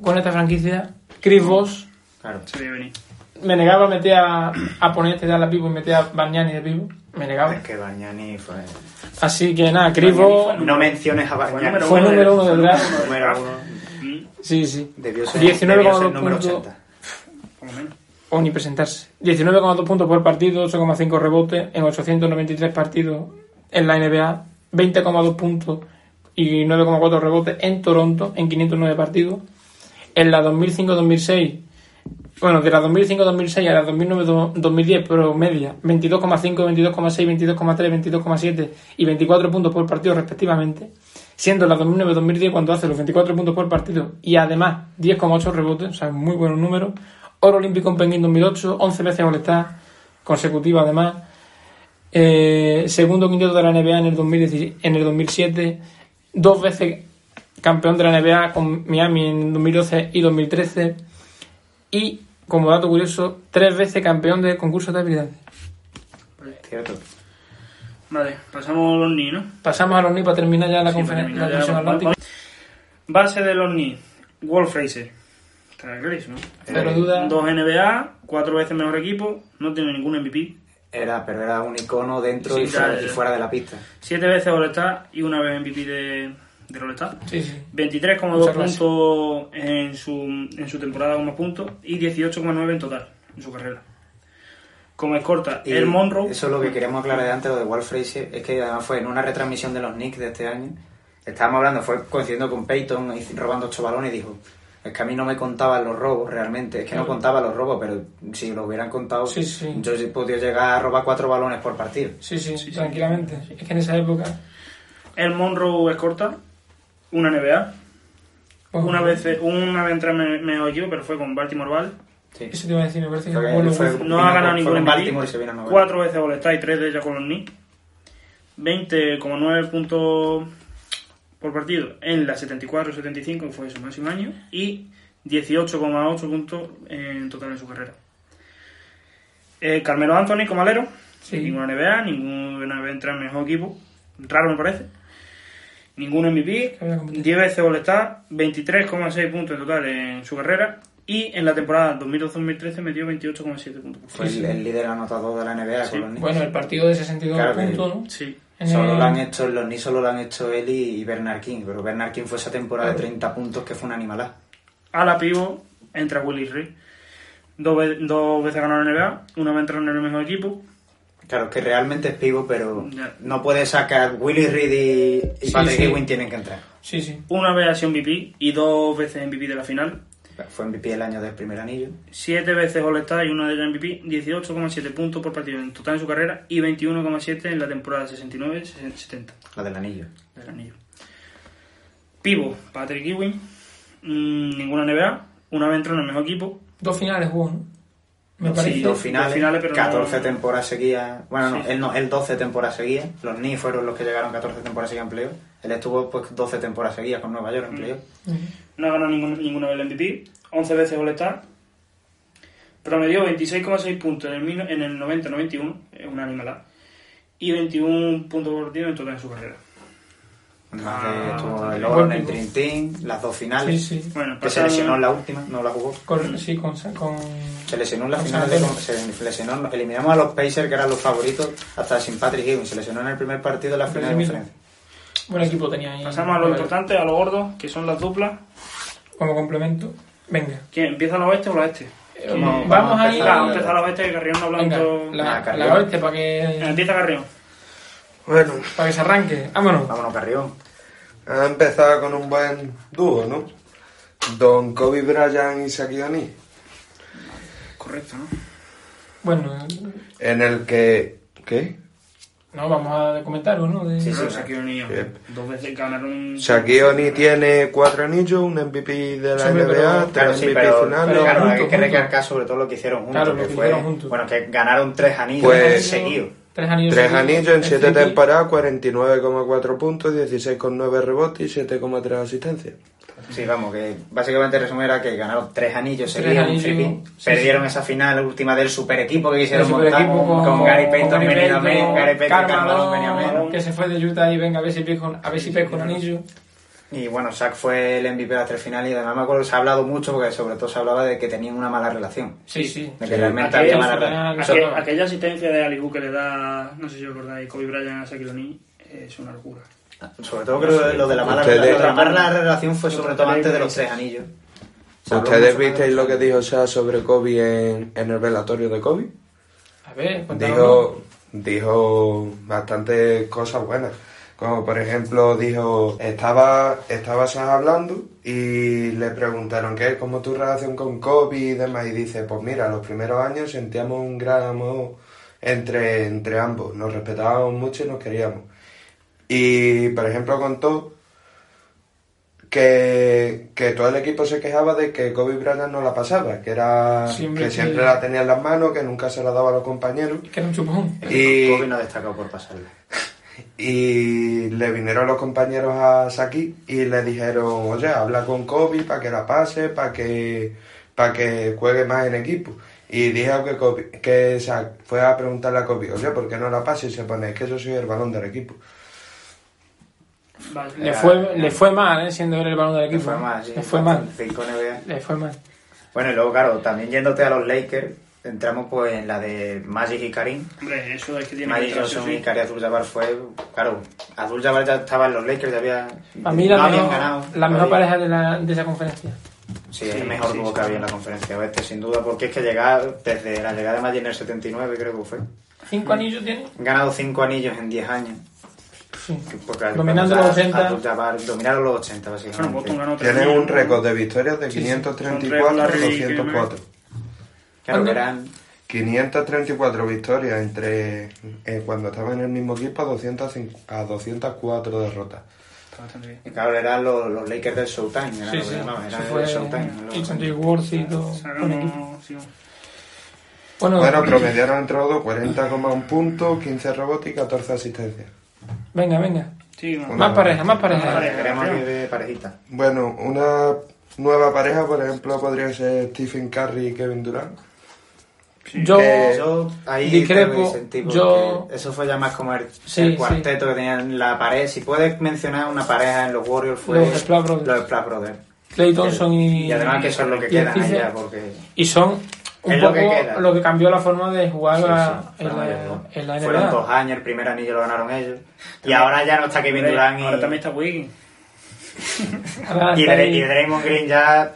C: con esta franquicia, Chris Voss,
D: Claro.
B: Se veía venir.
C: Me negaba a meter a, a Ponete de ala vivo y meter a Bargnani de vivo. Me negaba.
D: Es que Bagnani fue.
C: Así que nada, Cribo
B: Bargnani
D: No menciones a
B: Fue
D: Bagnani.
B: número
C: fue
B: uno del-
C: número uno del draft.
D: Número uno.
B: Mm,
C: Sí, sí.
D: Debió ser,
C: 19
D: debió
C: con
D: ser
C: los
D: número
C: puntos.
D: 80.
B: por lo menos.
C: O ni presentarse. 19,2 puntos por partido, 8,5 rebotes en 893 partidos en la NBA, 20,2 puntos y 9,4 rebotes en Toronto en 509 partidos. En la 2005-2006, bueno, de la 2005-2006 a la 2009-2010 promedia, 22,5, 22,6, 22,3, 22,7 y 24 puntos por partido respectivamente. Siendo la 2009-2010 cuando hace los 24 puntos por partido y además 10,8 rebotes, o sea, muy buenos números. Oro olímpico en Pekín 2008, 11 veces molestar consecutiva además. Eh, segundo quinteto de la NBA en el, 2017 en el 2007, dos veces campeón de la NBA con Miami en 2012 y 2013 y, como dato curioso, tres veces campeón de concurso de habilidades.
D: Cierto.
B: Vale, pasamos a los ni, ¿no?
C: Pasamos a los NIP para terminar ya la
B: Sí, para
C: conferencia
B: terminar
C: la
B: ya,
C: división
B: va- va-
C: atlántica.
B: Base de los ni. Wall Fraser. Está clarísimo.
C: Pero
D: Eh,
C: duda,
B: Dos NBA, cuatro veces mejor equipo, no tiene ningún MVP,
D: Era, pero era un icono dentro
B: Sí,
D: y, fuera,
B: ya, ya.
D: y fuera de la pista.
B: siete veces All-Star y una vez MVP de, de All-Star.
C: sí, sí.
B: 23,2
C: Muchas gracias.
B: puntos en su, en su temporada como puntos y 18,9 en total en su carrera. Como escorta,
D: Y
B: el Monroe.
D: Eso es lo que queríamos aclarar de antes, lo de Walt Frazier, es que además fue en una retransmisión de los Knicks de este año. Estábamos hablando, fue coincidiendo con Peyton y robando ocho balones y dijo, es que a mí no me contaban los robos realmente, es que no contaba los robos, pero si lo hubieran contado,
C: Sí, sí.
D: yo he podido llegar a robar cuatro balones por partido.
C: Sí, sí, tranquilamente. Es que en esa época...
B: El Monroe escorta, una NBA.
C: bueno,
B: Una vez, una vez entré me- mejor equipo, pero fue con Baltimore Ball.
D: Sí.
C: Eso te iba a decir, me parece que...
D: Fue-
C: fue lo-
D: fue-
B: No
D: Vino
B: ha
D: con-
B: ganado
D: fue
B: ningún
D: con
B: MVP.
D: Baltimore y se vino a Nueva
B: Cuatro veces All-Star y tres de ella con los Knicks. 20,9 puntos por partido en la 74-75, que fue su máximo año. Y 18,8 puntos en total en su carrera. Eh, Carmelo Anthony como alero.
C: Sí.
B: Ninguna NBA, ninguna vez entra en mejor equipo. Raro me parece. Ningún MVP.
C: Que había competido.
B: 10 veces All-Star, 23,6 puntos en total en su carrera. Y en la temporada 2012-2013 metió 28,7 puntos por partido.
C: Sí,
D: Fue el,
C: sí.
D: el líder anotador de la NBA
B: Sí.
D: con los Knicks.
C: Bueno, el partido de 62
D: Claro que-
C: puntos, ¿no?
B: Sí.
C: En
D: Solo
C: el-
B: Eh.
D: lo han hecho, los Knicks solo lo han hecho él y, y Bernard King, pero Bernard King fue esa temporada de 30 puntos que fue una animalada.
B: A la pivo entra Willy Reed. Dos, ve- dos veces ganó la NBA, una vez entró en el mejor equipo.
D: Claro, que realmente es pivo, pero
B: Ya.
D: no puede sacar Willy Reed y, y
C: Sí,
D: Patrick
C: sí.
D: Ewing tienen que entrar.
C: Sí, sí.
B: Una vez ha sido MVP y dos veces MVP de la final.
D: Fue MVP el año del primer anillo.
B: Siete veces All-Star y una de ellas MVP. 18,7 puntos por partido en total en su carrera y 21,7 en la temporada 69-70
D: La del anillo.
B: del anillo. Pivo, Patrick Ewing. Mm, ninguna NBA. Una vez entró en el mejor equipo.
C: Dos finales jugó, ¿no? Me
B: Sí,
C: parece.
D: Dos
B: fin-
D: finales,
B: dos finales, pero
D: 14
B: no-
D: temporadas seguidas. Bueno, no,
B: Sí.
D: él no, él 12 temporadas seguidas. Los Knicks fueron los que llegaron 14 temporadas seguidas en playoff. Él estuvo pues 12 temporadas seguidas con Nueva
B: Mm.
D: York en playoff.
C: Ujú.
B: No ha ganado ninguna, ninguna vez el MVP, 11 veces All-Star. Promedió 26,6 puntos en el, mil- en el 90-91, es una animalada. Y 21 puntos por partido en total en su carrera.
D: Además
B: Ah,
D: que estuvo
B: bastante
D: el oro en
C: bien.
D: el Dream Team, las dos finales.
C: Sí, sí.
B: Bueno,
D: Que se
B: pasado-
D: lesionó en la última, no la jugó.
C: Con, sí, con, con...
D: Se lesionó en la
C: Con
D: final
C: San
D: de
C: Antonio.
D: se lesionó, eliminamos a los Pacers que eran los favoritos hasta sin Patrick Ewing, se lesionó en el primer partido de la final de
C: Pero sí,
D: conferencia.
C: Buen equipo tenía ahí.
B: Pasamos a lo importante, a lo gordo, que son las duplas.
C: Como complemento. Venga.
B: ¿Quién empieza la oeste o la este?
C: Eh,
B: ¿Quién-
C: vamos,
D: vamos
C: a
D: a
C: ir...
B: Venga,
D: empezar.
C: La,
B: empieza la oeste, que Carrión no
C: venga,
B: hablando.
C: la,
D: Ah,
C: la oeste para
B: Eh,
C: que,
B: Empieza Carrión.
E: Bueno,
C: para que se arranque. Ah, Vámonos.
D: Vámonos, Carrión.
E: ha empezado con un buen dúo, ¿no? Don Kobe Bryant y Shaquille O'Neal,
B: Correcto, ¿no?
C: Bueno,
E: en el que... ¿Qué?
C: no, vamos a comentar uno. De...
D: Sí,
B: Pero
D: sí.
B: Shaquille O'Neal,
E: Bien.
B: Dos veces ganaron.
E: Shaquille O'Neal tiene cuatro anillos, un MVP de la
C: Sí, pero-
E: NBA,
D: Claro,
E: tres
D: sí,
E: MVP
D: pero,
E: finales.
D: pero claro,
C: Juntos,
D: hay que
C: juntos.
D: recalcar sobre todo lo que hicieron juntos.
C: Claro, lo
D: que
C: que
D: fue-
C: hicieron juntos.
D: Bueno, que ganaron tres anillos
E: Pues-
D: seguidos.
C: Tres anillos.
E: Tres
C: seguidos,
E: anillos en
C: el
E: siete
C: triple.
E: temporadas, 49,4 puntos, 16,9 rebotes y 7,3 asistencias.
D: Sí, vamos, que básicamente el resumen era que ganaron tres anillos
C: Tres
D: seguidos.
C: anillos,
D: en MVP.
C: sí, sí.
D: Perdieron esa final última del super equipo que
C: El
D: quisieron
C: super
D: montar
C: equipo
D: con,
C: con,
D: Gary Payton,
C: Gary
D: Benny
C: Payton,
D: Amén, Gary Payton,
C: Carmelo,
D: Carmelo, Benny Amén.
C: que se fue de Utah y venga a ver si pesca un, a ver si pesca un anillo.
D: Y bueno, Sack fue el MVP de las tres finales y además me acuerdo, se ha hablado mucho porque sobre todo se hablaba de que tenían una mala relación.
C: Sí, sí.
D: De que realmente
B: Aquello
D: había mala
C: fue
D: relación.
C: una-
B: Aquel-
C: Eso no.
B: aquella asistencia de Ali Hu que le da, no sé si os acordáis, Kobe Bryant a Shaquille O'Neal es una locura.
D: Ah, Sobre todo creo que lo de la mala
E: Ustedes-
D: relación. Lo de la mala relación fue sobre todo
B: Ustedes-
D: antes de los tres anillos. Se habló
E: ¿Ustedes
D: mucho de-
E: visteis lo que dijo Shaq sobre Kobe en, en el velatorio de Kobe?
C: A ver, cuéntanos.
E: Dijo, dijo bastantes cosas buenas. Como por ejemplo, dijo, estaba, estaba Shaq hablando y le preguntaron qué, cómo tu relación con Kobe y demás. Y dice, pues mira, los primeros años sentíamos un gran amor entre, entre ambos. Nos respetábamos mucho y nos queríamos. Y por ejemplo contó que, que todo el equipo se quejaba de que Kobe Bryant no la pasaba, que era
C: Siempre
E: que
C: que-
E: siempre la tenía en las manos, que nunca se la daba a los compañeros.
C: Que era un chupón.
E: Y,
D: Kobe no destacó por pasarle.
E: y le vinieron los compañeros a Saki y le dijeron, oye, habla con Kobe para que la pase, para que, para que juegue más en equipo. Y dijo que, Kobe- que Shaq fue a preguntarle a Kobe, oye, ¿por qué no la pase? Y se pone, es que yo soy el balón del equipo.
B: Vale.
C: Le fue, le fue mal, ¿eh? Siendo él el balón del
D: Le
C: equipo.
D: fue mal, sí.
C: Le fue mal.
D: Cinco NBA.
C: Le fue mal.
D: Bueno, y luego, claro, también yéndote a los Lakers, entramos pues en la de Magic y Karim.
B: Hombre, eso es que tiene que
D: Magic
B: entrar sí o
D: Johnson
B: sí.
D: y Karim Abdul-Jabbar fue... Claro, Abdul-Jabbar ya estaba en los Lakers, ya había...
C: A mí la
D: no habían
C: mejor,
D: ganado.
C: la mejor
D: Habían-
C: pareja de, la, de esa conferencia.
D: Sí, es
B: Sí,
D: el mejor
B: sí,
D: dúo
B: sí.
D: que había en la conferencia oeste, sin duda, porque es que llegar desde la llegada de Magic en el 79, creo que fue.
C: ¿Cinco anillos tiene?
D: Han ganado cinco anillos en 10 años.
C: Sí.
D: Porque
C: Dominando los 80.
D: Abdul-Jabbar- dominaron los 80, básicamente.
B: Bueno, Boston ganó tres
E: Tiene
B: millones,
E: un
B: ¿no?
E: récord de victorias de
C: Sí, sí.
E: 534 a
B: Son récords de-
E: 204.
D: Claro, que eran...
E: 534 victorias entre eh, cuando estaba en el mismo equipo a, 205 a 204 derrotas.
B: Está bastante bien.
D: Y claro, eran los, los Lakers del Showtime, era
C: Sí,
D: lo
C: sí.
D: que llamaban,
C: Eso
D: eran
C: fue
D: el Showtime.
C: y
D: los-
C: Anthony Worth y todo. buen equipo.
B: Sacamos, sí,
C: Bueno,
E: Bueno, promediaron entre los dos 40,1 puntos, 15 rebotes y 14 asistencias.
C: venga, venga.
B: sí, vamos.
E: Una-
C: Más pareja, más pareja.
B: Más pareja.
D: Queremos ir de parejita.
E: Bueno, una nueva pareja, por ejemplo, podría ser Stephen Curry y Kevin Durant.
C: Yo,
E: Eh,
D: Yo ahí
C: Discrepo,
D: creo que sentí, porque
C: yo-
D: Eso fue ya más como el,
C: Sí,
D: el
C: sí.
D: cuarteto que tenían la pared. Si puedes mencionar una pareja en los Warriors fue
C: Los Splash Brothers.
D: los Splash Brothers.
C: Clay Thompson y...
D: Y además que eso es lo que
C: y
D: quedan
C: Stephen.
D: allá, porque...
C: Y son un
D: Es lo
C: poco
D: que queda.
C: lo que cambió la forma de jugar
D: Sí,
C: a-
D: sí,
C: en,
D: fueron
C: la,
D: ellos dos.
C: en la NBA.
D: Fueron dos años, el primer anillo lo ganaron ellos. Y ahora ya no está Kevin Durant y,
B: Ahora también está Wiggins.
C: Ahora
D: y,
C: está
D: Dra-
C: ahí-
D: y Draymond Green ya...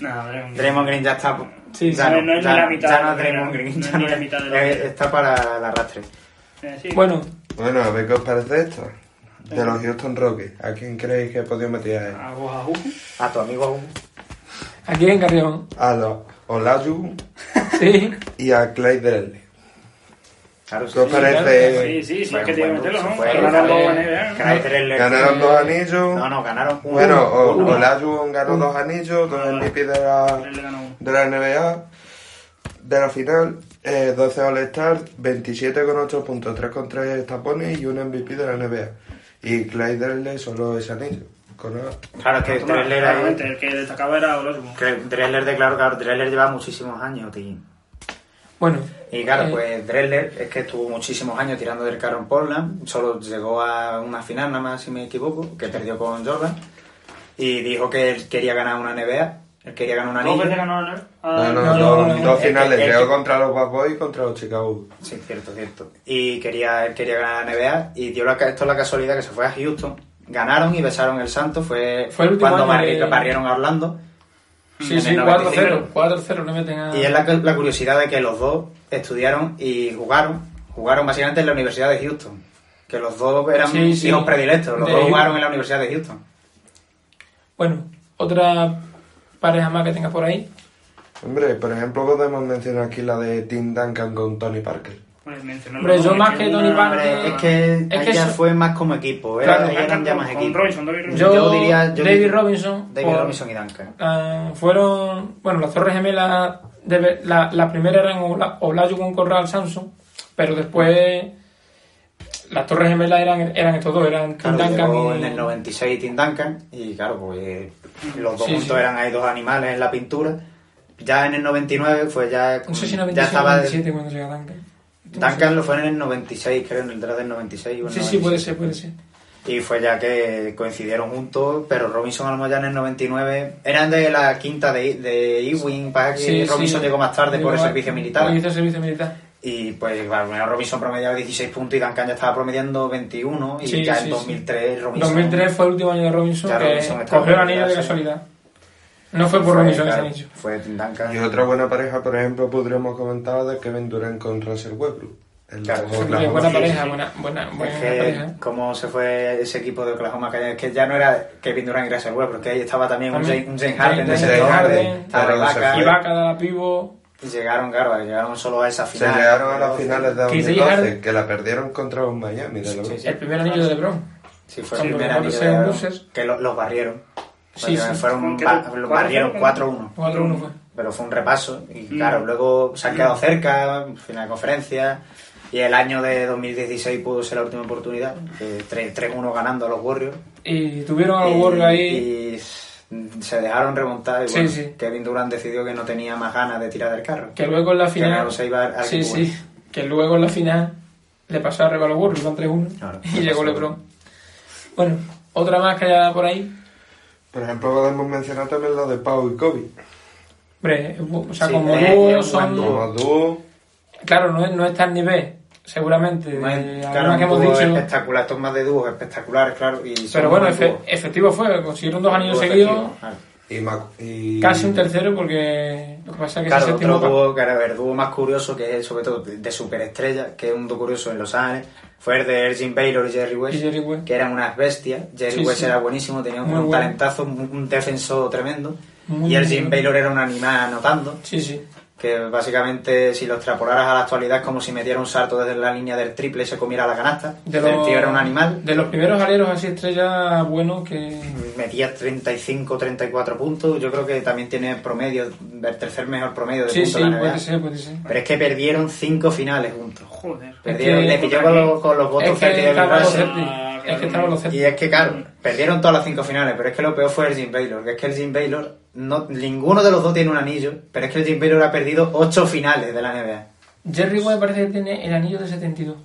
B: No, Draymond.
D: Draymond Green ya está...
C: Sí,
D: ya
B: sí, no es ni
D: ya
B: la mitad
D: ya no
B: de lo
D: es
B: que
D: Draymond
B: era.
D: Green.
B: No es
D: ya
B: ni
D: no
B: la
D: es-
B: mitad de lo que era.
D: Está para el arrastre.
B: Eh, sí.
C: Bueno,
E: Bueno, a ver qué os parece esto. De los Houston Rockets, ¿a quién creéis que he podido meter ahí?
B: A Gojahu.
D: A tu amigo aún.
C: aquí en Carrión.
E: A los Olajuwon
C: Sí.
E: y a Clay Drelly.
D: Claro, sí.
E: ¿Qué os
B: Sí,
E: parece?
B: sí, sí,
D: Fue
B: es que tiene
D: un
B: que
D: buen
B: meterlo, ¿no?
D: dulce, fue-
B: Ganaron
C: fue-
B: dos NBA, ¿no?
D: Ganaron tres Lakers.
E: Ganaron dos anillos.
D: No, no, ganaron uno.
E: Bueno, o-
D: Uno.
E: Olajuwon ganó dos anillos, dos MVP de la,
B: Él le ganó uno.
E: de la NBA, de la final, eh, 12 All-Star, 27,8 puntos, 3,3 tapones y un MVP de la NBA. Y Clay Drexler solo es anillo. Con nada.
D: Claro, es que Drexler era...
B: Claramente, el que destacaba era Olosmo.
D: Dre- Drexler declaró, claro, Drexler lleva muchísimos años, tío.
C: Bueno,
D: Y
C: Eh.
D: claro, pues Drexler es que estuvo muchísimos años tirando del carro en Portland, solo llegó a una final, nada más si me equivoco, que perdió con Jordan, y dijo que él quería ganar una NBA, él quería ganar una
B: Dos veces
D: anillo.
B: ganó a- Ah,
E: No,
B: a-
E: no,
C: Ah, no,
E: dos,
C: no, no.
E: dos finales,
D: Es que-
E: creo contra los Bad Boys y contra los Chicago. Bulls.
D: Sí, cierto, cierto. Y quería, él quería ganar la NBA, y dio la, ca- esto es la casualidad que se fue a Houston, ganaron y besaron el santo, fue,
C: Fue el último
D: cuando
C: año
D: barri-
C: de-
D: barrieron a Orlando, En
C: sí,
D: el
C: sí,
D: 95.
C: 4-0. 4-0, no me tengan...
D: Y es la, la curiosidad de que los dos estudiaron y jugaron, jugaron básicamente en la Universidad de Houston. Que los dos eran
C: Sí, sí.
D: hijos predilectos, los
C: De
D: dos
C: Houston.
D: jugaron en la Universidad de Houston.
C: Bueno, otra pareja más que tengas por ahí.
E: Hombre, por ejemplo, podemos mencionar aquí la de Tim Duncan con Tony Parker.
B: Pues mencionó
C: Hombre,
B: los
C: yo
B: dos,
C: más
B: es
C: que Tony
B: una-
C: Parker-
D: Es que,
C: Ah, Es
D: ahí
C: que
D: ya
C: eso-
D: fue más como equipo, era,
C: Claro,
D: ahí eran ya
B: con-
D: más
B: con
D: equipo.
B: Robinson, David Robinson.
C: Yo,
D: diría yo
C: David
D: diría-
C: Robinson,
D: David
C: por-
D: Robinson y Duncan.
C: Ah, fueron, bueno, las torres gemelas, de, Be- la, la primera eran Ola- Olajuwon, Corral, Samsung, pero después las torres gemelas eran, eran estos dos, eran Tim
D: Claro, llegó
C: Duncan
D: en el
C: y...
D: 96 Tim Duncan y claro, pues eh, los dos
C: Sí,
D: juntos
C: sí.
D: eran ahí dos animales en la pintura. Ya en el 99 fue ya...
C: No sé si
D: ya
C: 96 o
D: estaba
C: 97 cuando llega Duncan.
D: Duncan lo fue en el 96, creo, en el draft del 96. o el
C: Sí, sí, puede
D: 97.
C: ser, puede ser.
D: Y Y fue ya que coincidieron juntos, pero Robinson a lo mejor ya en el 99 eran de la quinta de, de Ewing, para que
C: Sí,
D: Robinson
C: sí.
D: llegó más tarde por el
C: Llegó-
D: servicio militar.
C: Hizo el servicio militar.
D: Y pues bueno, Robinson promediaba 16 puntos y Duncan ya estaba promediando 21 y
C: Sí,
D: ya
C: sí,
D: en
C: sí.
D: 2003 Robinson...
C: 2003 fue el último año de Robinson,
D: Ya
C: que
D: Robinson estaba
C: cogió el
D: en
C: anillo de
D: realidad, sí.
C: casualidad. No fue por Robinson ese
D: claro,
C: anillo.
D: Fue Duncan.
E: Y otra buena pareja, por ejemplo, podríamos comentar de Kevin Durant con Russell Westbrook. El
D: Claro,
E: de
D: sí,
E: Oklahoma.
C: buena
D: sí,
C: pareja,
D: sí.
C: buena, buena, buena
D: Es
C: pareja.
D: que cómo se fue ese equipo de Oklahoma, que, es que ya no era Kevin Durant y Russell Westbrook, porque ahí estaba también, un
C: También.
D: James- un James Harden de
C: James
D: ese
E: Harden,
D: entonces, estaba
E: pero se
D: Ibaka,
E: fue.
C: Y Vaca de la pivo.
D: y llegaron, claro, llegaron solo a esa
E: Se
D: final.
E: llegaron a las finales de
C: Que se
E: 2012,
C: llegaron-
E: que la perdieron contra un Miami. De LeBron.
D: Sí.
C: El primer anillo de LeBron.
D: Sí, fue
C: Sí,
D: el primer
C: pero
D: anillo
C: no
D: de
C: sé,
D: Lebron,
C: luces.
D: que lo- los barrieron.
C: Sí,
D: Bueno,
C: sí.
D: Fueron,
B: ¿Con
D: ba-
B: qué-
D: los
B: cuatro
D: barrieron
B: fueron?
D: 4-1.
C: 4-1 fue.
D: Pero fue un repaso y
B: Mm.
D: claro, luego se han quedado cerca, final de conferencia y el año de 2016 pudo ser la última oportunidad, eh, 3- 3-1 ganando a los Warriors.
C: Y tuvieron a los
D: Y-
C: Warriors ahí.
D: Eh, Y se dejaron remontar y
C: Sí,
D: bueno,
C: sí.
D: Kevin Durant decidió que no tenía más ganas de tirar del carro.
C: Que luego en la final.
D: no se iba al
C: sí, Eh,
D: equipo, ¿eh?
C: sí. Que luego en la final le pasó arriba a los Warriors, iban 3-1.
D: Claro,
C: y
D: le
C: llegó
D: pasó.
C: LeBron. Bueno, otra más que haya por ahí.
E: Por ejemplo, podemos mencionar también la de Pau y Kobe.
C: Hombre, es bu- o sea,
D: Sí,
C: como
D: es-
C: dúo
D: es un buen
C: son.
D: dúo.
E: Como dúo,
C: Claro, no, es- no está al nivel, seguramente.
D: No
C: de
D: es-
C: algunas
D: Claro,
C: que hemos
D: dúo
C: dicho.
D: espectacular, estos más de dúos espectaculares, claro. Y son
C: Pero bueno,
D: buenos
C: efe-
D: dúos.
C: efectivo fue, consiguieron dos anillos
D: Dúo
C: seguidos,
D: efectivo, claro.
E: y, Mac- y-
C: casi un tercero, porque lo que pasa es que ese
D: Claro,
C: séptimo
D: otro
C: pa-
D: dúo, claro, el dúo más curioso, que es sobre todo de superestrella, que es un dúo curioso en Los Ángeles, fue el de Jim Baylor y Jerry West,
C: Y Jerry West.
D: que eran unas bestias. Jerry
C: Sí,
D: West
C: sí.
D: era buenísimo, tenía un,
C: Muy bueno.
D: talentazo, un, un defensor tremendo.
C: Muy
D: y el
C: bueno.
D: Jim Baylor era un animal anotando,
C: Sí, sí.
D: que básicamente si lo extrapolaras a la actualidad es como si metiera un salto desde la línea del triple y se comiera la canasta. el
C: los-
D: tío era un animal.
C: De los primeros aleros así estrella buenos que...
D: Metía 35, 34 puntos. Yo creo que también tiene promedio, el tercer mejor promedio de
C: Sí,
D: puntos
C: sí,
D: de la NBA.
C: puede ser, puede ser.
D: Pero es que perdieron cinco finales juntos.
B: Joder.
D: Perdieron,
C: que-
D: le pilló con los, con los votos
C: Es que
D: Ferdi de
C: estaban los
D: Russell.
B: Russell.
C: Celtics, es que estaban los
D: Ah, Y
C: Celtics.
D: es que, claro, perdieron todas las cinco finales, pero es que lo peor fue el Jim Baylor, que es que el Jim Baylor, no, ninguno de los dos tiene un anillo, pero es que el Jim Baylor ha perdido ocho finales de la NBA.
C: Jerry West parece que tiene el anillo de 72,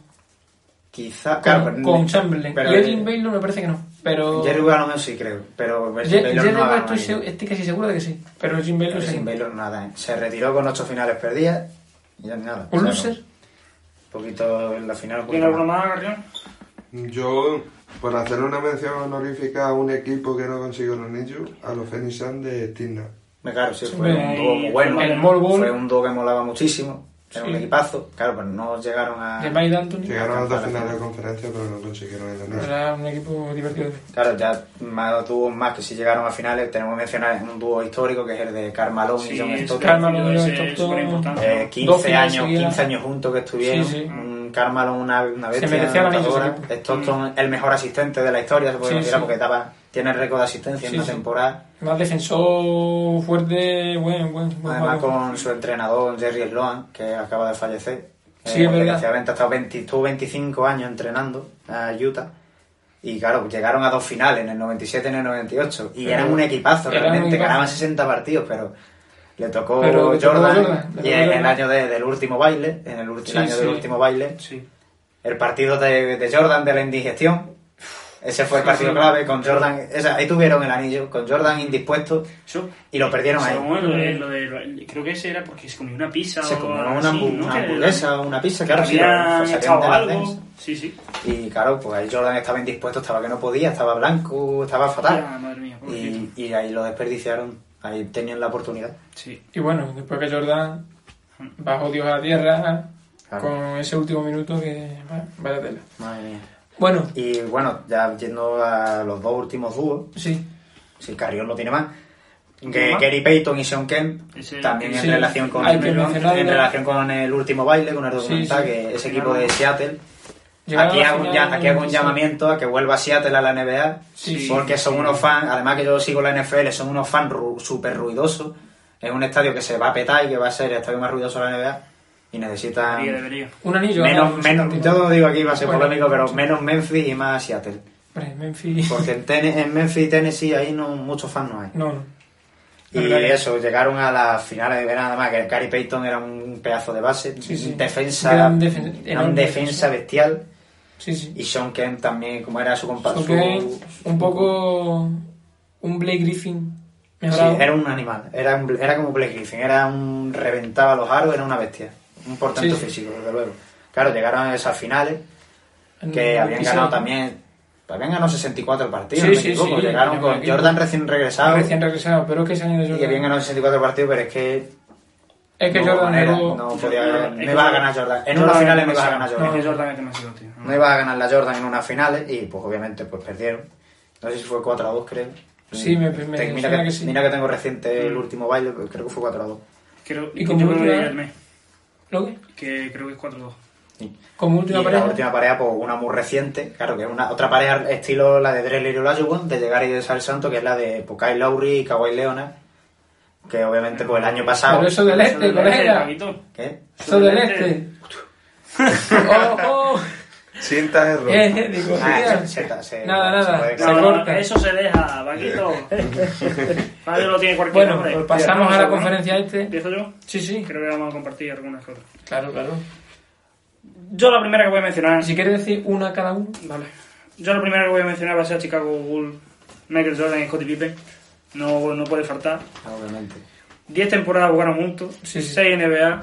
D: Quizá, claro,
C: con,
D: pero-
C: con Chamberlain.
D: pero-
C: y Elgin Baylor me parece que no, pero...
D: Jerry West a lo mejor sí creo, pero el Jim
C: Ye- Jerry
D: Baylor no ha
C: West
D: ganado
C: estoy,
D: anillo.
C: segu- estoy casi seguro de que sí, pero Jim Baylor
D: El
C: sí.
D: Jim Baylor nada, ¿eh? se retiró con ocho finales perdidas y ya nada.
C: ¿Un
D: O sea,
C: loser?
D: Un poquito en la final. pues, un
B: ¿Tiene
D: poquito
B: alguno
D: más.
B: más, Carrión?
E: Yo, por hacer una mención honorífica a un equipo que no consiguió el anillo, a los Phoenix Suns de Tina.
D: Me Claro, sí,
C: Sí,
D: fue un
B: ahí
D: dúo muy bueno.
C: el Mall Ball.
D: Fue un dúo que molaba muchísimo. Era
C: Sí.
D: un equipazo. Claro, pero no llegaron a.
C: De Mike D'Antoni.
E: Llegaron a las dos finales de conferencia, pero no consiguieron el anillo.
C: Era un equipo divertido. de ver.
D: Claro, ya más dúos más que si llegaron a finales. Tenemos que mencionar un dúo histórico que es el de Carmalón y John
B: es
D: Stockton.
C: Karl Malone,
B: ese
C: John
B: es
C: Stockton.
B: superimportante,
D: Eh,
B: ¿no?
D: 15
C: Dos finales
D: años,
C: seguidas.
D: 15 años juntos que estuvieron.
C: Sí, sí.
D: Un Carmalón, una, una bestia.
C: merecía el anillo,
D: anotadora.
C: ese equipo.
D: Stockton, el mejor asistente de la historia, se puede
C: Sí,
D: considerar,
C: sí.
D: porque daba, tiene el récord de asistencia
C: Sí,
D: en una
C: sí.
D: temporada.
C: Más defensor fuerte, buen, buen, buen
D: Además,
C: jugador.
D: con su entrenador Jerry Sloan, que acaba de fallecer. Eh,
C: Sí, es verdad.
D: desgraciadamente ha estado 20 estuvo 25 años entrenando a Utah. Y claro, llegaron a dos finales, en el 97 y en el 98. Y
C: Pero-
D: eran un equipazo,
C: eran un
D: realmente.
C: equipazo.
D: Ganaban 60 partidos, pero le tocó
C: Pero le tocó
D: Jordan.
C: Jordan, le
D: y
C: tocó
D: en el
C: Jordan.
D: año de- del último baile, en el, ulti-
C: Sí,
D: año del
C: sí.
D: último baile,
B: Sí.
D: el partido de, de Jordan de la indigestión. Ese fue el partido
C: sí.
D: clave con Jordan. esa- ahí tuvieron el anillo, con Jordan indispuesto
B: Eso,
D: y lo perdieron ahí.
B: Samuel, lo de- lo de- lo- creo que ese era porque se comió una pizza
D: se
B: o
D: comió
B: algo
D: una,
B: así,
D: hambu-
B: ¿no?
D: una
B: Que-
D: hamburguesa, una pizza,
B: que
D: claro, sí,
B: habían
D: lo sacaron
B: echado
D: de la
B: algo.
D: Dance.
B: Sí, sí.
D: Y claro, pues ahí Jordan estaba indispuesto, estaba que no podía, estaba blanco, estaba
B: Ya,
D: fatal.
B: Ah, madre mía, pobrecito.
D: Ah, Y, y ahí lo desperdiciaron, ahí tenían la oportunidad.
B: Sí.
C: Y bueno, después que Jordan bajó Dios a la tierra
D: Claro.
C: con ese último minuto que... va- Vaya tela.
D: Madre mía.
C: Bueno,
D: Y bueno, ya yendo a los dos últimos dúos,
C: sí.
D: si Carrión no tiene más,
B: ¿Tiene
D: que
B: más?
D: Gary Payton y Sean Kemp,
B: Ese-
D: también en
C: sí,
D: relación con
C: hay que
D: en
C: mencionarlo.
D: relación con el último baile, con el
C: Sí,
D: documental,
C: sí.
D: que ese equipo de Seattle
C: Llegaron
D: Aquí
C: a la
D: hago, un
C: final,
D: ya- aquí hago un
C: sí.
D: llamamiento a que vuelva Seattle a la NBA,
C: Sí,
D: porque son unos fans, además que yo sigo la NFL, son unos fans ru- súper ruidosos. Es un estadio que se va a petar y que va a ser el estadio más ruidoso de la NBA y necesitan
B: Debería, debería.
C: Un anillo.
D: menos,
C: ¿no?
D: menos, yo lo digo aquí, va a ser
C: Bueno,
D: polémico, pero menos Memphis y más Seattle.
C: Hombre, Memphis...
D: Porque en, Tene- en Memphis y Tennessee ahí no muchos fans no hay.
C: No, no. La
D: Y
C: verdad que-
D: eso, llegaron a las finales, era nada más que Gary Payton era un pedazo de base,
C: Sí, sí.
D: defensa,
C: Gran defen-
D: era
C: enorme
D: un defensa
C: defensa.
D: bestial.
C: Sí, sí.
D: Y Sean Kemp también, como era su compadre.
C: Son que un poco un Blake Griffin
D: Sí,
C: mejorado.
D: era un animal, era, un- era como Blake Griffin, era un reventaba los aros, era una bestia, un portento
C: Sí, sí.
D: físico, desde luego. Claro, llegaron a esas finales que
C: En-
D: habían
C: Mm, y
D: ganado
C: sí,
D: también, habían ganado 64 partidos,
C: Sí,
D: no me
C: sí,
D: equivoco,
C: sí,
D: llegaron
C: yo
D: con
C: creo que-
D: Jordan recién regresado
C: Recién regresado, pero es que ese año de
D: y habían
C: Jordan.
D: ganado 64 partidos, pero es que
C: Es que
D: no, hubo
C: Jordan
D: manera,
C: luego-
D: no
B: Jordan
D: podía
B: no-
D: ganar,
B: es
D: no
B: que
D: iba a
B: Jordan-
D: ganar Jordan, en una
B: Jordan
D: final
B: es
D: no iba a ganar
B: demasiado-
D: Jordan,
B: No, es Jordan es demasiado, tío.
C: Mm.
D: no iba a ganar la Jordan en una final y pues obviamente pues perdieron, no sé si fue 4 a 2 creo.
C: Sí, me- me-
D: Te-
C: me
D: mira,
C: suena
D: que,
C: que sí. Mm.
D: mira que tengo reciente el último baile, pero creo que fue 4 a 2.
B: Creo,
C: Y
B: y
C: como
B: como yo creo que
C: última-
B: leí ayer,
C: ¿Lo que?
B: que creo que es 4-2.
C: Como
D: Y
C: última
D: la
C: pareja.
D: última pareja, pues una muy reciente, claro, que es una otra pareja estilo la de Drell y Olajuwon, de llegar y de Sal Santo, que es la de pues, Kyle Lowry y Kawhi Leonard, que obviamente pues el año pasado...
C: Pero eso del este,
B: Eso del este,
C: colega.
B: Paquito.
D: ¿Qué?
C: Eso del este. ¡Oh, oh!
E: Sientas error.
C: Eh, eh, digo,
D: este. Ah,
C: hostia.
D: se- se- se-
C: Nada,
D: se
C: nada.
D: puede-
C: Se
B: No, no,
C: corta.
B: eso se deja, Paquito. Nadie lo tiene cualquier
C: Bueno,
B: hombre.
C: pues pasamos a
B: Empiezo,
C: la
B: ¿no?
C: conferencia este.
B: ¿Empiezo yo?
C: Sí, sí.
B: Creo que vamos a compartir algunas cosas.
C: Claro, claro.
B: Yo la primera que voy a mencionar...
C: Si quieres decir una cada uno.
B: Vale. Yo la primera que voy a mencionar va a ser Chicago Bulls, Michael Jordan y Scottie Pippen. No, no puede faltar.
D: Obviamente.
B: 10 temporadas jugaron juntos,
C: Sí, sí.
B: 6 NBA,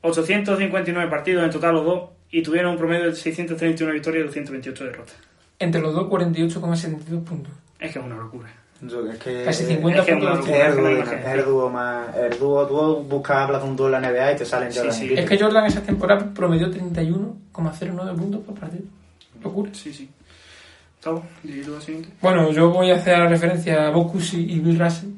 B: 859 partidos en total los dos, y tuvieron un promedio de 631 victorias y 228 derrotas.
C: Entre los dos, 48,72 puntos.
B: Es que es una locura.
D: Yo- Es que,
C: Casi 50
B: es que
C: puntos.
B: una
C: de
D: Es
B: locura.
C: diferencia.
D: el dúo,
B: Es que no hay
D: es el dúo más... El dúo, tú buscas, hablas de un dúo en la NBA y te salen
B: Sí,
D: Jordan
B: sí.
D: y
C: Es
D: Pippen.
C: que Jordan esa temporada promedió 31,09 puntos por partido. Locura.
B: Sí, sí. Gustavo, di tú la siguiente.
C: Bueno, yo voy a hacer referencia a Bokusi y Bill Russell.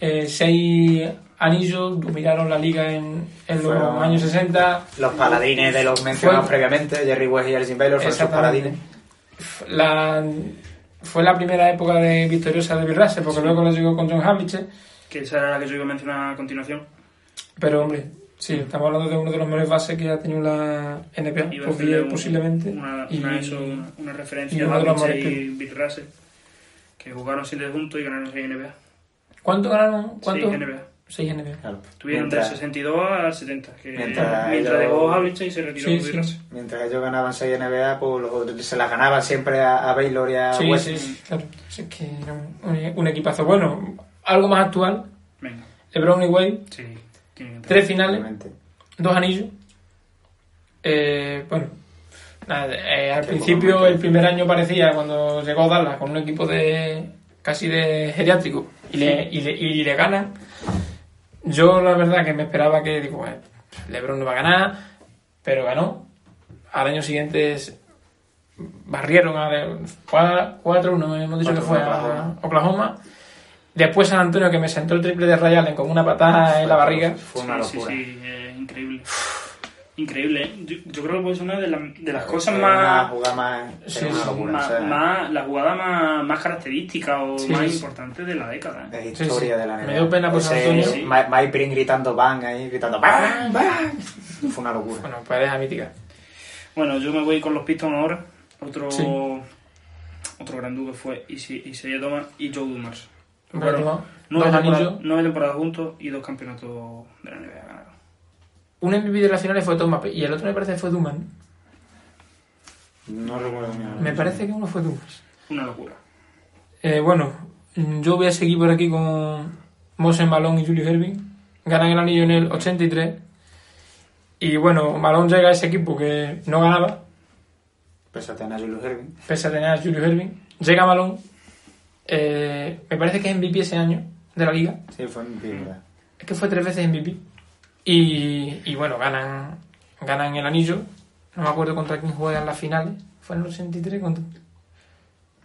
C: Eh, seis anillos dominaron la liga en, en los
D: Fueron-
C: años 60.
D: Los paladines de los mencionados
C: Fue-
D: previamente, Jerry West y Elgin Baylor fueron sus
C: Exactamente.
D: paladines.
C: F- La, fue la primera época de victoriosa de Bill Russell, porque luego lo llegó con John Hamiche.
B: Que esa era la que yo iba a mencionar a continuación.
C: Pero hombre, sí, estamos hablando de uno de los mejores bases que ha tenido la NBA,
B: Iba a
C: posi-
B: hacerle un-
C: posiblemente.
B: Una,
C: y
B: una, eso, una, una
C: y
B: referencia
C: uno
B: a
C: de los
B: Babiche
C: mejores
B: y Bill Russell, que jugaron 7 juntos y ganaron 6 NBA.
C: ¿Cuánto ganaron? ¿Cuánto?
B: 6 NBA.
C: 6 NBA.
D: Claro.
B: Tuvieron
D: Mientras-
B: del 62 al 70. Que
D: mientras
B: mientras
D: ellos-
B: llegó Havlicek y se retiró
C: Sí,
B: Bill
C: sí.
B: Russell.
D: Mientras ellos ganaban 6 NBA, pues los otros se las ganaban siempre a, a Baylor y a
C: Sí,
D: Ah, West.
C: sí, sí, claro. Sí, que era un, un- un equipazo. Bueno, algo más actual.
B: Venga,
C: LeBron y Wade,
B: sí. tiene que entrar.
C: tres finales,
D: Obviamente.
C: dos anillos. Eh, bueno, nada, eh, al
D: Qué
C: principio,
D: bonito.
C: el primer año parecía cuando llegó Dallas con un equipo de casi de geriátrico y le, y le, y le ganan. Yo la verdad que me esperaba que, digo, bueno, LeBron no va a ganar, pero ganó. Al año siguiente es- barrieron a Le- fue a 4-1, hemos dicho que fue a
D: 4-1 Oklahoma.
C: Oklahoma. Después San Antonio que me sentó el triple de Ray Allen con una patada en la barriga.
D: Fue una
B: sí,
D: locura.
B: sí, sí, eh, increíble. Increíble. ¿eh? Yo, yo creo que es una de, la- de las cosas
D: Era Una
B: más,
D: jugada más. era
C: Sí,
D: una
C: sí,
D: locura.
B: más,
D: o sea,
B: más- La jugada más, más característica o
C: Sí,
B: más
C: sí, sí.
B: importante de la década. ¿eh?
D: Es
C: Sí,
D: historia
C: sí.
D: de la NBA.
C: Me dio pena por San Antonio.
D: Ese- Ma- Mike Green gritando bang ahí, gritando bang, bang. Fue una locura.
C: Bueno, pareja mítica.
B: Bueno, yo me voy con los Pistons ahora. Otro,
C: Sí.
B: otro gran duque fue Isi- Isaiah Thomas y Joe Dumars.
C: Bueno,
B: Jugaron
C: dos
B: nueve, temporadas,
C: anillos.
B: nueve temporadas juntos y dos campeonatos de la NBA ganaron.
C: Un MVP de las finales fue Thomas y el otro me parece que fue Duman.
D: No recuerdo ni
C: Me parece que uno fue Dumas.
B: Una locura.
C: Eh, bueno, yo voy a seguir por aquí con Moses Malone y Julius Erving. Ganan el anillo en el 83. Y bueno, Malone llega a ese equipo que no ganaba,
D: Pese a tener a Julius Erving.
C: pese a tener a Julius Erving. Llega Malone. eh, me parece que es MVP ese año de la liga.
D: Sí, fue mi vida.
C: Es que fue tres veces MVP. Y, y bueno, ganan, ganan el anillo. No me acuerdo contra quién juegan las finales. Fue en el 83 contra...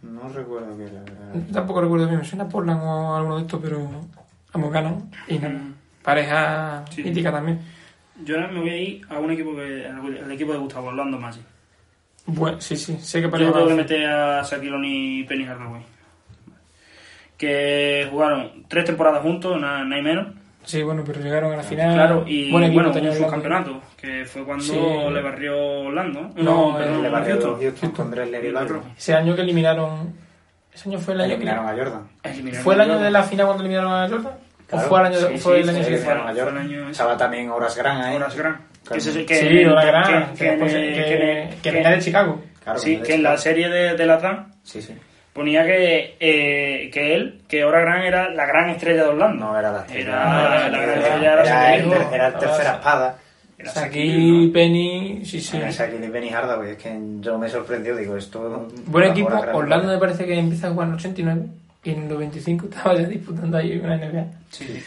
D: No recuerdo bien, la verdad.
C: Tampoco recuerdo bien, me suena Portland o alguno de estos, pero ambos ganan. Y nada,
B: Mm.
C: pareja
B: Sí.
C: mítica también.
B: Yo ahora me voy a ir a un equipo que, al al equipo de Gustavo, Orlando Magic.
C: Bueno, sí, sí, sé que pareja
B: Yo tengo que
C: parece.
B: meter a Shaquille y Penny Hardaway. Que jugaron tres temporadas juntos, na- nada y menos.
C: Sí, bueno, pero llegaron a la final.
B: Claro, y
C: Ah, Buen equipo
B: bueno,
C: tenía
B: un
C: Orlando.
B: subcampeonato, que fue cuando
C: Sí.
B: le barrió Orlando. ¿no?
C: No,
B: No,
C: eh,
B: perdón,
D: Le barrió
B: Houston.
D: Houston con Dressler y Larry.
C: Ese año que eliminaron. Ese año fue el año.
D: Eliminaron a Jordan.
B: Eliminaron
C: ¿Fue el
B: a
C: año
B: Jordan.
C: de la final cuando eliminaron a Jordan? o fue el año,
B: sí,
C: fue
B: sí,
C: el año
B: sí,
C: siguiente.
B: fue el
D: Nueva York.
B: año ese.
D: Estaba también Horas Gran ahí.
B: Horace Grant. Que
D: Claro.
B: ese es el que-
C: Sí, Lola
B: que-
C: Gran,
B: que-
C: que, después-
B: que-
C: que- que
B: que-
C: venía de Chicago.
D: Claro,
B: sí,
D: de
B: que en la
D: Chicago.
B: serie de, de la Trump
D: Sí, sí.
B: ponía que, eh, que él, que ahora Gran era la gran estrella de Orlando.
D: No era la estrella.
B: Era la gran estrella, era
D: Era el,
B: su hijo.
D: ter- era el
C: Ahora
D: tercera
C: sí.
D: espada.
B: Era Shaquille,
C: Shaquille,
B: ¿no?
C: Penny, sí, sí.
B: Ah,
D: Esa que le Benny Hardaway, es que yo me sorprendió, digo, esto...
C: Buen equipo.
D: Horas Gran.
C: Orlando me parece que empieza a jugar en el 89 y en el 95 estaba ya disputando ahí una NBA.
B: Sí.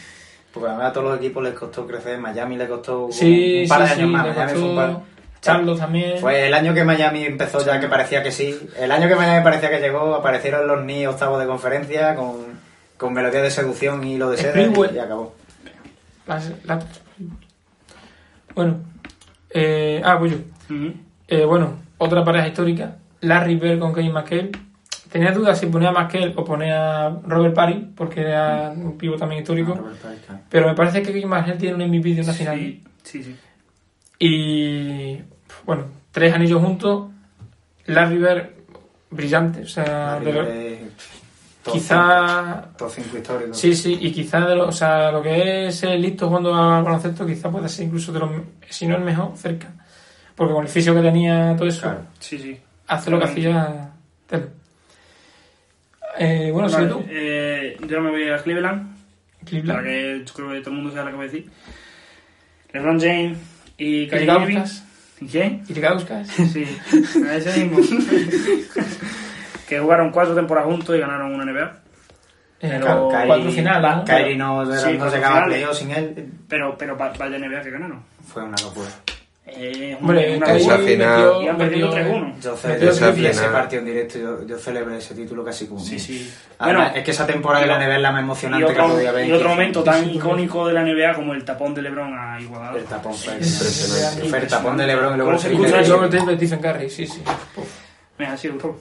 D: Porque además a todos los equipos les costó crecer. Miami le costó un-
C: Sí,
D: un par de
C: sí,
D: años
C: sí,
D: más.
C: le
D: Miami fue un par.
C: costó. Charlos también.
D: Fue el año que Miami empezó ya que parecía que sí. El año que Miami parecía que llegó, aparecieron los ni octavos de conferencia con, con melodía de seducción y lo de seda
C: Springwell.
D: y, y acabó.
C: Las- las- Bueno, eh, ah, pues yo.
B: Ujú.
C: Eh, bueno, otra pareja histórica, Larry Bird con Kevin McHale. Tenía dudas si ponía a McHale o ponía a Robert Parry, porque era un pivo también
D: Ah,
C: histórico. Pero me parece que Kevin McHale tiene un MVP de una final.
B: Sí, sí, sí.
C: Y bueno, tres anillos juntos. Larry Bird, brillante. O sea, de lo- Ah, quizá...
D: Top 5 histórico.
C: Sí, sí, y quizá de lo, o sea, lo que es eh, listo cuando a baloncesto, quizá pueda ser incluso de los, me- si no el mejor, cerca. Porque con el fisio que tenía, todo eso,
D: Claro.
B: Sí, sí.
C: hace lo que hacía. Telo. Eh, bueno,
B: Vale,
C: sigue tú.
B: eh, yo me voy a Cleveland. La
C: Cleveland.
B: que yo creo que todo el mundo sabe la que voy a decir. LeBron James y Kyrie Irving.
C: Irigauskas.
B: ¿Y quién?
C: Irigauskas.
B: Sí, a ese mismo. que jugaron cuatro temporadas juntos y ganaron una NBA.
C: Eh,
B: Claro,
C: cuatro
D: Kyrie-
C: cuatro finales. ¿no?
D: Kyrie no, era-
B: Sí,
D: no
B: cuatro
D: llegaba a
B: finales.
D: playoff sin él.
B: Pero, pero para de NBA que ganaron.
D: Fue una locura.
B: Eh,
C: Hombre,
B: una
C: Kyrie
E: Esa
B: locura.
E: final-
C: metió-
B: Iban perdiendo
C: metió-
B: 3-1.
D: Yo
E: Yo sé
D: celebré
E: quién
D: ese
E: era.
D: partido en directo, yo, yo celebré ese título casi como.
B: Sí, sí.
D: Además,
B: Bueno,
D: Ah, es que esa temporada de la NBA es la más
B: Y
D: emocionante que
B: otro,
D: podía ver.
B: y otro momento
C: Sí,
B: tan
C: sí, sí.
B: icónico de la NBA como el tapón de LeBron a Iguadado.
D: El tapón fue
E: Impresionante.
D: Fue el tapón de LeBron y luego
B: ¿Cómo
D: el
B: se
D: triple
B: escucha
D: de-
B: eso?
C: Robert Davis, Stephen Curry, sí, sí.
B: Me ha sido un robo.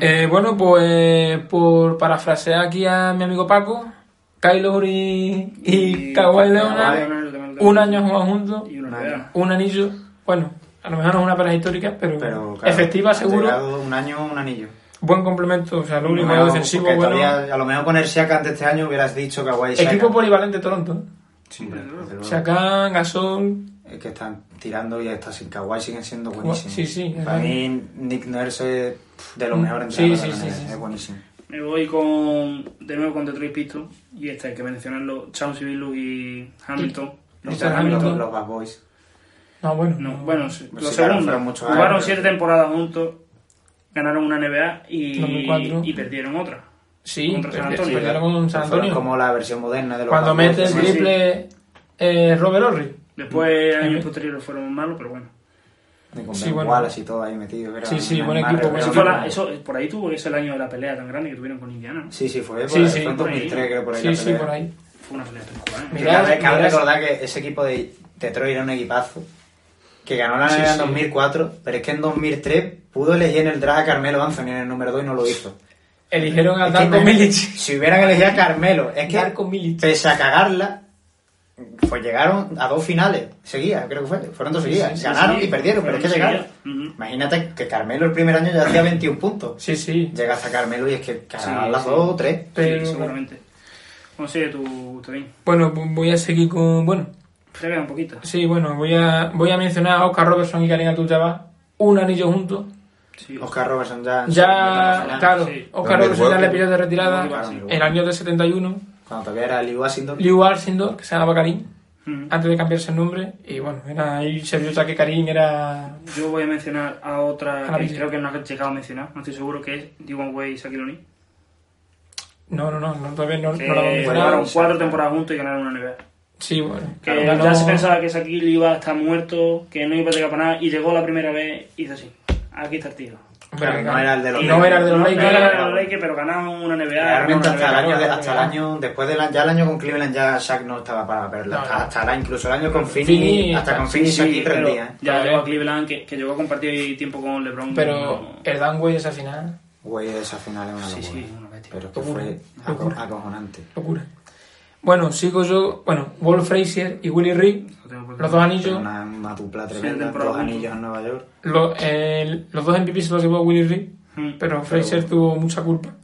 C: Eh, bueno, pues por parafrasear aquí a mi amigo Paco, Kylo y, y Kawhi Leonard, un año jugado juntos,
B: y una
D: Un
B: NBA.
D: año.
C: un anillo. Bueno, a lo mejor no es una pareja histórica, pero,
D: Pero, claro,
C: efectiva,
D: ha
C: seguro.
D: llegado Un año, un anillo.
C: Buen complemento, o sea, lo único
D: No,
C: defensivo,
D: porque
C: bueno.
D: todavía, a lo mejor con el Siaka antes de este año hubieras dicho que Kawhi y Siaka.
C: Equipo polivalente Toronto.
D: Sí, hombre, desde luego.
C: Siakam, Gasol,
D: Es eh, que están tirando y hasta sin Kawhi siguen siendo buenísimos.
C: Sí, sí, es
D: Para
C: verdad. Mm,
D: mí, Nick Nurse es de los mejores
C: Sí,
D: entrenadores
C: sí,
D: de la
C: sí,
D: NBA,
C: sí.
D: Es buenísimo.
B: Me voy con, de nuevo con Detroit Pistons. Y este hay que mencionarlo: Chauncey Billups y Hamilton.
D: Los,
C: Richard
D: los-
C: Hamilton.
D: los Bad Boys.
C: No, bueno.
B: No, bueno, sí,
D: Pues
B: lo
D: sí, claro,
B: segundo.
D: fueron muchos años,
B: jugaron
D: pero-
B: siete temporadas juntos, ganaron una NBA y,
C: 2004.
B: y perdieron otra.
C: Sí,
B: contra San
C: perdi-
B: Antonio.
C: perdieron con San
D: Fueron
C: Antonio.
D: como la versión moderna de los
C: Cuando
D: Bad Boys.
C: mete el
B: sí, sí.
C: triple eh, Robert Horry.
B: Después, años
C: Sí.
B: posteriores fueron malos, pero bueno.
D: Y con
C: Sí,
D: Ben
C: bueno.
D: Wallace y todo ahí metido. era
C: Sí, sí,
D: un
C: buen
D: animal,
C: equipo,
D: era
C: buen
B: Eso
D: un
B: fue
C: equipo.
B: la-
D: animal.
B: eso, por ahí tuvo ese el año de la pelea tan grande que tuvieron con Indiana. ¿no?
D: Sí, sí, fue,
C: Sí,
D: por,
C: sí,
D: fue en
B: por ahí.
D: 2003 creo por ahí.
C: Sí,
D: la
C: sí,
D: pelea.
C: por ahí.
B: Fue una pelea espectacular. ¿eh?
C: Mira,
D: Cabe, cabe
C: mira,
D: recordar que ese equipo de Detroit era un equipazo que ganó la NBA
C: Sí,
D: en
C: sí.
D: 2004, pero es que en 2003 pudo elegir en el draft a Carmelo Anthony en el número 2 y no lo hizo.
C: Eligieron a
D: Es que
C: Darko
D: me-
C: Milic.
D: Si hubieran elegido a Carmelo, es que
C: Darko Milic.
D: pese a cagarla, pues llegaron a dos finales seguidas, creo que fue, fueron dos seguidas.
C: sí, sí,
D: Ganaron
B: sí.
D: y perdieron, pero es que
B: Fueron
D: llegaron.
B: seguidas. Ujú.
D: Imagínate que Carmelo el primer año ya hacía 21 puntos.
C: Sí, sí.
D: Llegas a Carmelo y es que ganarás
B: Sí,
D: las
B: sí.
D: dos o tres.
C: Pero-
B: Sí, seguramente. No sé, tú, Tobin.
C: Bueno, pues voy a seguir con. Bueno,
B: Frega un poquito.
C: sí, bueno, voy a, voy a mencionar a Oscar Robertson y Karina Abdul-Jabbar. Un anillo juntos.
B: Sí.
D: Oscar Robertson ya.
C: Ya, claro,
B: sí.
C: Oscar
E: Los
C: Robertson ya
E: Milwaukee.
C: le pilló de retirada
D: Claro,
C: en el año del 71.
D: Cuando todavía era Lee Washington.
C: Liu Arsindor, que se llamaba Karim,
B: Ujú.
C: antes de cambiarse el nombre. Y bueno, era, ahí se vio ya que Karim era.
B: Yo voy a mencionar a otra que
C: Maravilla.
B: creo que no has llegado a mencionar, no estoy seguro, que es Diwan Way y Shaquille O'Neal.
C: No, no, no, no todavía no,
B: que
C: no lo había mencionado.
B: jugaron cuatro temporadas juntos y ganaron una NBA.
C: Sí, bueno.
B: Que
C: claro, ganó-
B: Eh, ya se pensaba que Shaquille iba a estar muerto, que no iba a llegar para nada, y llegó la primera vez y hizo así. Aquí está el tío.
C: Hombre,
D: Claro, no era el de los
C: y No
D: Lakers.
C: era el de los
B: No,
C: Lakers.
B: no era de los Lakers, pero ganaron una NBA. ganaron
D: Realmente
B: una
D: hasta el
B: NBA.
D: año, de-
C: claro,
D: hasta el
C: claro.
D: año después del ya el año con Cleveland ya Shaq no estaba para verla.
C: No,
D: hasta,
C: no.
D: hasta el año, incluso el año con Finney,
C: Finney,
D: hasta con
C: sí,
D: Finney
B: Sí,
D: Shaquille
B: pero
D: rendía. ¿eh?
B: ya
C: Vale.
B: llegó a Cleveland, que, que llegó a compartir tiempo con LeBron.
C: Pero
B: No-
C: el Danway es al final.
D: Güey, esa final es una
B: Sí,
D: locura.
B: sí, una bestia.
D: Pero es que
C: Locura,
D: fue
C: locura.
D: aco- acojonante.
C: Locura. Bueno, sigo yo. Bueno, Wolf Frazier y Willie Reed,
B: no tengo por qué-
C: los dos anillos.
D: Una, una dupla
B: Sí,
D: tremenda,
B: temporada
D: dos
B: juntos.
D: anillos en Nueva York.
C: lo- el- los dos MVP se los llevó Willie Reed,
B: Mm.
C: pero Frazier tuvo mucha culpa.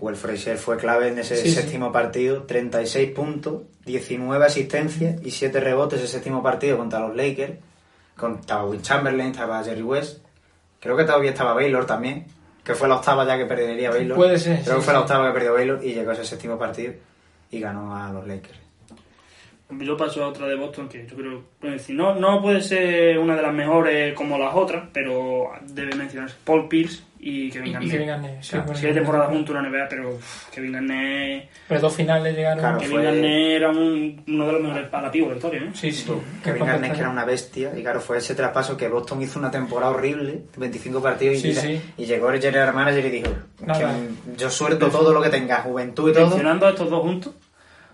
D: Will Fraser fue clave en ese
C: Sí, sí.
D: séptimo partido, 36 puntos, 19 asistencias y 7 rebotes ese séptimo partido contra los Lakers. Con, estaba Will Chamberlain, estaba Jerry West, creo que todavía estaba Baylor también, que fue la octava ya que perdería Baylor.
C: Puede ser,
D: Creo
C: sí,
D: que fue la
C: sí.
D: octava que perdió Baylor y llegó ese séptimo partido y ganó a los Lakers.
B: Yo paso a otra de Boston que yo creo puedo decir, no, no puede ser una de las mejores como las otras, pero debe mencionarse Paul Pierce y Kevin
C: Y,
B: Garnett.
C: y Kevin Garnett. sí,
B: Claro,
C: bueno,
B: siete temporadas juntos en la NBA, pero uff, Kevin Garnett,
C: Pero dos finales llegaron.
D: Claro.
B: Kevin
D: fue-
B: Garnett era un- uno de los mejores palativos de la historia, ¿eh?
C: Sí, sí.
D: Kevin Garnett que era una bestia y claro, fue ese traspaso que Boston hizo una temporada horrible, 25 partidos
C: Sí,
D: y,
C: sí.
D: y llegó el general manager y dijo,
C: Nada.
D: "Que yo suelto todo lo que tenga, juventud y todo.
B: Mencionando a estos dos juntos,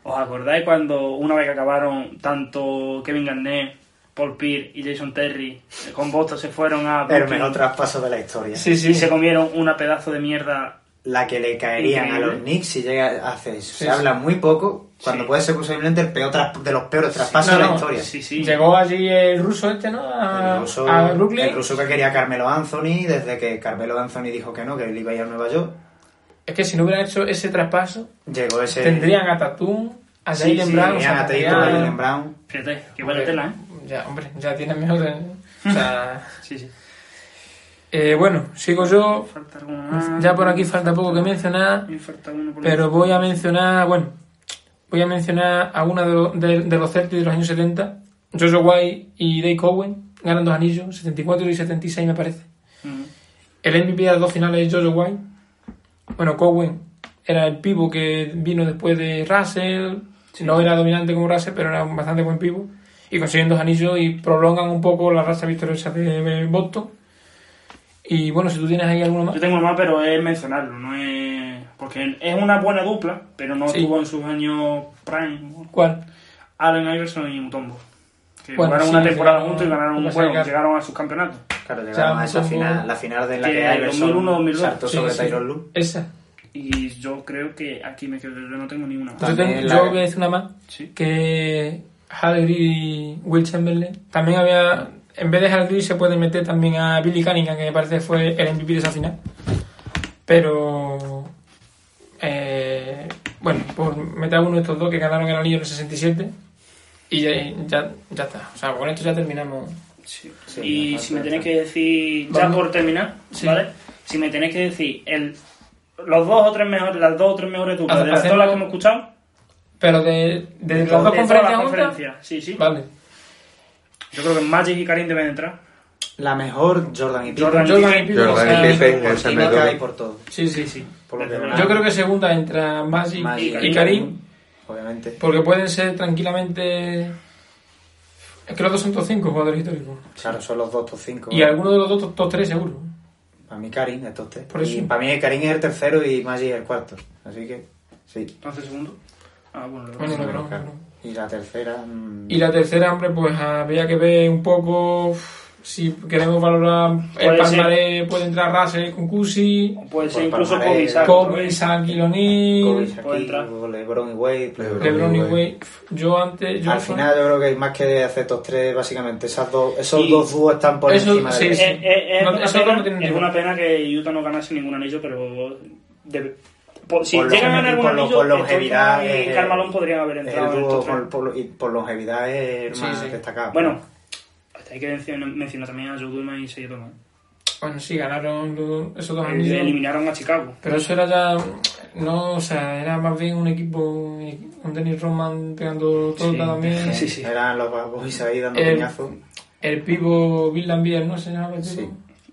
B: ¿os acordáis cuando una vez que acabaron tanto Kevin Garnett, Paul Pierce y Jason Terry eh, con Boston se fueron a
D: El
B: Brooklyn
D: mejor traspaso de la historia.
C: Sí,
B: y
C: sí.
B: se comieron una pedazo de mierda?
D: La que le caerían
B: Increíble.
D: a los Knicks si llega a hacer eso.
C: Sí,
D: Se habla
C: sí.
D: muy poco, cuando
B: Sí.
D: puede ser posiblemente el peor tras- de los peores traspasos
C: No,
D: de la
C: no,
D: historia.
B: Sí, sí.
C: Llegó allí el ruso este, ¿no? A,
D: El ruso,
C: a Brooklyn.
D: el ruso que quería a Carmelo Anthony, desde que Carmelo Anthony dijo que no, que él iba a ir a Nueva York,
C: Es que si no hubieran hecho ese traspaso,
D: llegó ese...
C: tendrían a Tatum, a
B: Sí,
C: Jalen
B: sí,
C: Brown. o
D: tenían
C: sea,
D: a Tatum,
C: tendrían-
D: a Jalen Brown.
B: Fíjate, qué
C: Hombre,
B: buena tela, ¿eh?
C: Ya, hombre, ya tienes mejor. de- O sea,
B: Sí, sí.
C: eh, bueno, sigo yo.
B: Falta alguno más.
C: Ya por aquí falta poco que mencionar.
B: Me falta uno por
C: Pero voy a mencionar, bueno, voy a mencionar a una de, lo- de- de los Celtics de los años 70. Jojo White y Dave Cowen ganan dos anillos, 74 y 76 me parece.
B: Ujú.
C: El MVP de las dos finales es Jojo White. Bueno, Cowen era el pivo que vino después de Russell. No era dominante como Russell, pero era un bastante buen pivo. Y consiguen dos anillos y prolongan un poco la raza victoriosa de de Boston. Y bueno, si tú tienes ahí alguno más.
B: Yo tengo uno más, pero es mencionarlo, no es. Porque es una buena dupla, pero no
C: Sí.
B: tuvo en sus años prime.
C: ¿Cuál?
B: Allen Iverson y Mutombo. Que
C: Bueno,
B: jugaron
C: sí,
B: una temporada
C: llegaron-
B: juntos y ganaron un
C: una
B: juego,
C: saga.
B: llegaron a sus campeonatos.
D: Claro,
C: sea,
D: llegaron a esa
C: un poco-
D: final, la final de la
B: Que
D: que Iverson
B: 2001-2002.
D: saltó
C: Sí,
D: sobre
C: sí.
D: Tyronn Lue.
C: Esa.
B: Y yo creo que aquí me quedo, yo no tengo ninguna más.
D: Ta-
C: Yo, tengo-
D: También
C: yo
D: la-
C: voy a decir una más.
B: Sí.
C: Que Hallgrid y Will Chamberlain. También había. En vez de Hallgrid se puede meter también a Billy Cunningham, que me parece que fue el MVP de esa final. Pero. eh, bueno, por meter a uno de estos dos que ganaron el anillo en el 67. Y ya, ya, ya está. O sea, con esto ya terminamos.
B: Sí.
D: Sí,
B: y
D: me
B: si me
D: falta
B: tenéis
D: esa.
B: que decir, ya
C: Vamos.
B: por terminar,
C: Sí.
B: ¿vale? Si me tenéis que decir el, los dos o tres mejores, las dos o tres mejores duplas
C: Ha-
B: de las,
C: hacemos-
B: todas las que hemos escuchado,
C: Pero de,
B: de
C: de, las dos
B: todas
C: conferencias.
B: las
C: juntas,
B: conferencias, sí, sí.
C: Vale.
B: Yo creo que Magic y Karim deben entrar.
D: La mejor Jordan y Pippen.
B: Jordan
C: Jordan y Pippen.
E: Jordan
C: o sea,
E: y Pippen,
D: por
E: ese me
D: química
E: duele.
D: y por todo.
C: Sí, sí, sí.
D: Por lo que
B: Yo
D: ganaron.
C: Yo creo que segunda entra Magic,
D: Magic
C: y Karim,
D: Obviamente.
C: porque pueden ser tranquilamente. Es que los dos son top 5 jugadores históricos.
D: Claro, son los dos top 5.
C: Y alguno de los dos top- top 3 seguro.
D: Para mí Karim, estos tres.
C: Por
D: Y
C: eso.
D: para mí Karim es el tercero y Magic el cuarto. Así que, sí.
B: Entonces, segundo. Ah, bueno, lo
C: Bueno, no, no,
D: Claro.
C: no.
D: Y la tercera... mm,
C: Y la tercera, hombre, pues había que ver un poco uf, si queremos valorar el
B: Puede
C: palmaré, puede entrar Russell con Cusi,
B: Puede ser
D: Por
B: incluso
D: Palmarés,
B: Kobe Isaac.
C: Kobe, Isaac y
D: Kobe,
C: Lonnie,
B: puede
D: Shaquille,
B: entrar.
D: LeBron y Wade. pues,
E: LeBron.
C: LeBron y
E: Wade.
C: Wade. Yo antes. Yo
D: Al final yo creo que más que hacer estos tres, básicamente, esas dos, esos
B: Y-
D: dos dúos están por
C: Eso,
D: encima de
C: sí,
B: Eh,
C: sí.
B: eh, eh,
C: No,
B: es,
C: eso
B: una
C: no
B: pena,
C: tiene
B: es
C: ningún-
B: una pena que Utah no ganase ningún anillo, pero de- por- si
D: Por lo-
B: llegan a ganar algún
D: por lo-
B: anillo,
D: por
B: por
D: longevidad,
B: y
D: eh,
B: Carmalón podrían haber
D: Es
B: entrado
D: el
B: en el
D: dúo
B: top
D: por,
B: tres.
D: por- y por eh, longevidad es el
C: Sí,
D: más
C: sí.
D: destacado.
B: Bueno, hasta hay que mencionar, mencionar también a Joe Dumais y Seiya Thomas.
C: Bueno, sí, ganaron los- esos dos anillos.
B: Eliminaron a Chicago.
C: Pero eso era ya. No, o sea, era más bien un equipo. Un Dennis Roman pegando todo
B: Sí.
C: también.
B: Sí, sí.
D: Eran los Bad Boys ahí dando
C: El-
D: piñazos.
C: El pivo Bill Lambier, ¿no? Se llamaba el pivo.
D: Sí.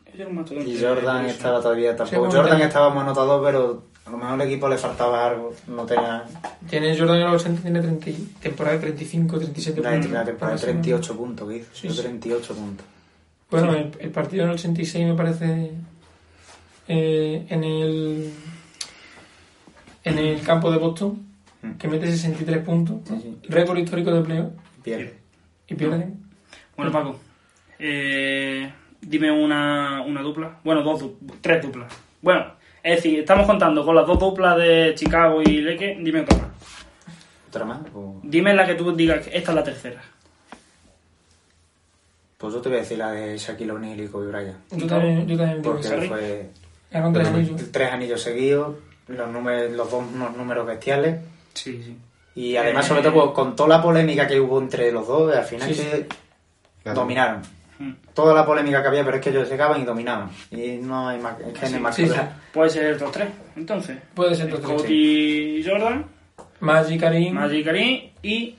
B: Ese era un mastodonte.
D: Y Jordan
B: Eso.
D: estaba todavía tampoco.
C: bueno,
D: Jordan
C: también.
D: estaba más anotador, pero a lo mejor al equipo le faltaba algo. No tenía
C: Tiene Jordan en los 80, tiene 30, y- temporada de 35, 37
D: la
C: puntos.
D: la temporada de
C: Parece,
D: 38 puntos, que hizo.
C: Sí,
D: Yo
C: sí.
D: 38 puntos.
C: ¿no? Bueno, el, el partido en el 86 me parece. eh, en el. En el campo de Boston, que mete 63 puntos. ¿no?
D: Mm. Sí,
C: Récord histórico de playoff.
D: Pierde.
C: Y pierden.
B: Bueno, Paco, eh, dime una, una dupla. Bueno, dos du- tres duplas. Bueno, es decir, estamos contando con las dos duplas de Chicago y Leque. Dime otra más.
D: ¿Otra más? Pues, O-
B: Dime la que tú digas que esta es la tercera.
D: Pues yo te voy a decir la de Shaquille O'Neal y Kobe Bryant.
C: Yo también, yo también digo
D: Mm. Porque
C: que sí.
D: fue
C: Ganaron tres anillos.
D: tres anillos seguidos. los, números, los dos unos números bestiales.
B: Sí, sí.
D: Y además, sobre todo, pues, con toda la polémica que hubo entre los dos, al final
C: Sí,
D: que
C: sí.
E: Claro.
D: dominaron.
B: Mm.
D: Toda la polémica que había, pero es que ellos llegaban y dominaban. Y no hay más, es que no hay más
C: sí,
D: cosas.
C: sí.
B: Puede ser el top 3, entonces.
C: Puede ser top tres,
B: Scotty y Jordan,
C: Magic, Karim,
B: Magic Karim y.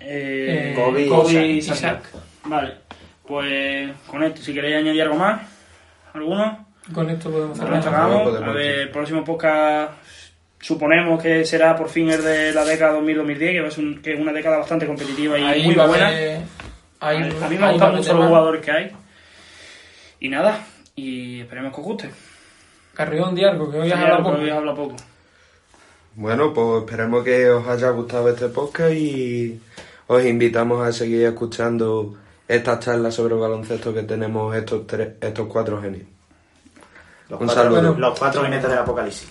B: Eh,
C: eh,
D: Kobe y
C: y
B: Isaac.
C: Isaac.
B: Vale, pues con esto, si queréis añadir algo más, alguno,
C: Con esto podemos
B: con
C: cerrar.
B: esto
E: no,
B: acabamos.
E: no podemos.
B: A ver, el próximo podcast suponemos que será por fin el de la década 2000-2010, que, va a ser un- que es una década bastante competitiva y muy
C: va a
B: buena.
C: haber-
B: A
C: ahí-
B: mí me
C: ahí va
B: gustan
C: a
B: mucho
C: haber
B: los
C: tema.
B: jugadores que hay. Y nada, y esperemos que os guste.
C: Carrión Diarco, que hoy has
B: Sí,
C: hablado
B: algo que
C: poco.
B: hoy habla poco.
E: Bueno, pues esperemos que os haya gustado este podcast y os invitamos a seguir escuchando estas charlas sobre baloncesto que tenemos estos tres, estos cuatro genios.
D: Los
E: Un
D: cuatro-
E: saludo.
D: Los cuatro jinetes del apocalipsis.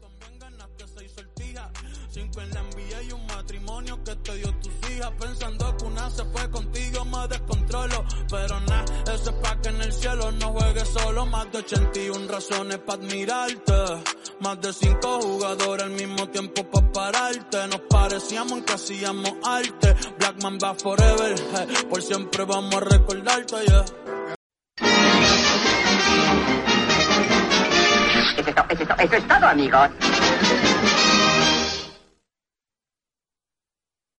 A: también ganaste seis sortijas. Cinco en la NBA y un matrimonio que te dio tus hijas. Pensando que una se fue contigo, me descontrolo. Pero nada, ese pa' que en el cielo no juegues solo. Más de 81 razones para admirarte. Más de cinco jugadores al mismo tiempo para pararte. Nos parecíamos en que hacíamos arte. Blackman va forever, eh. por siempre vamos a recordarte, yeah.
F: Eso es todo, eso es todo, amigos.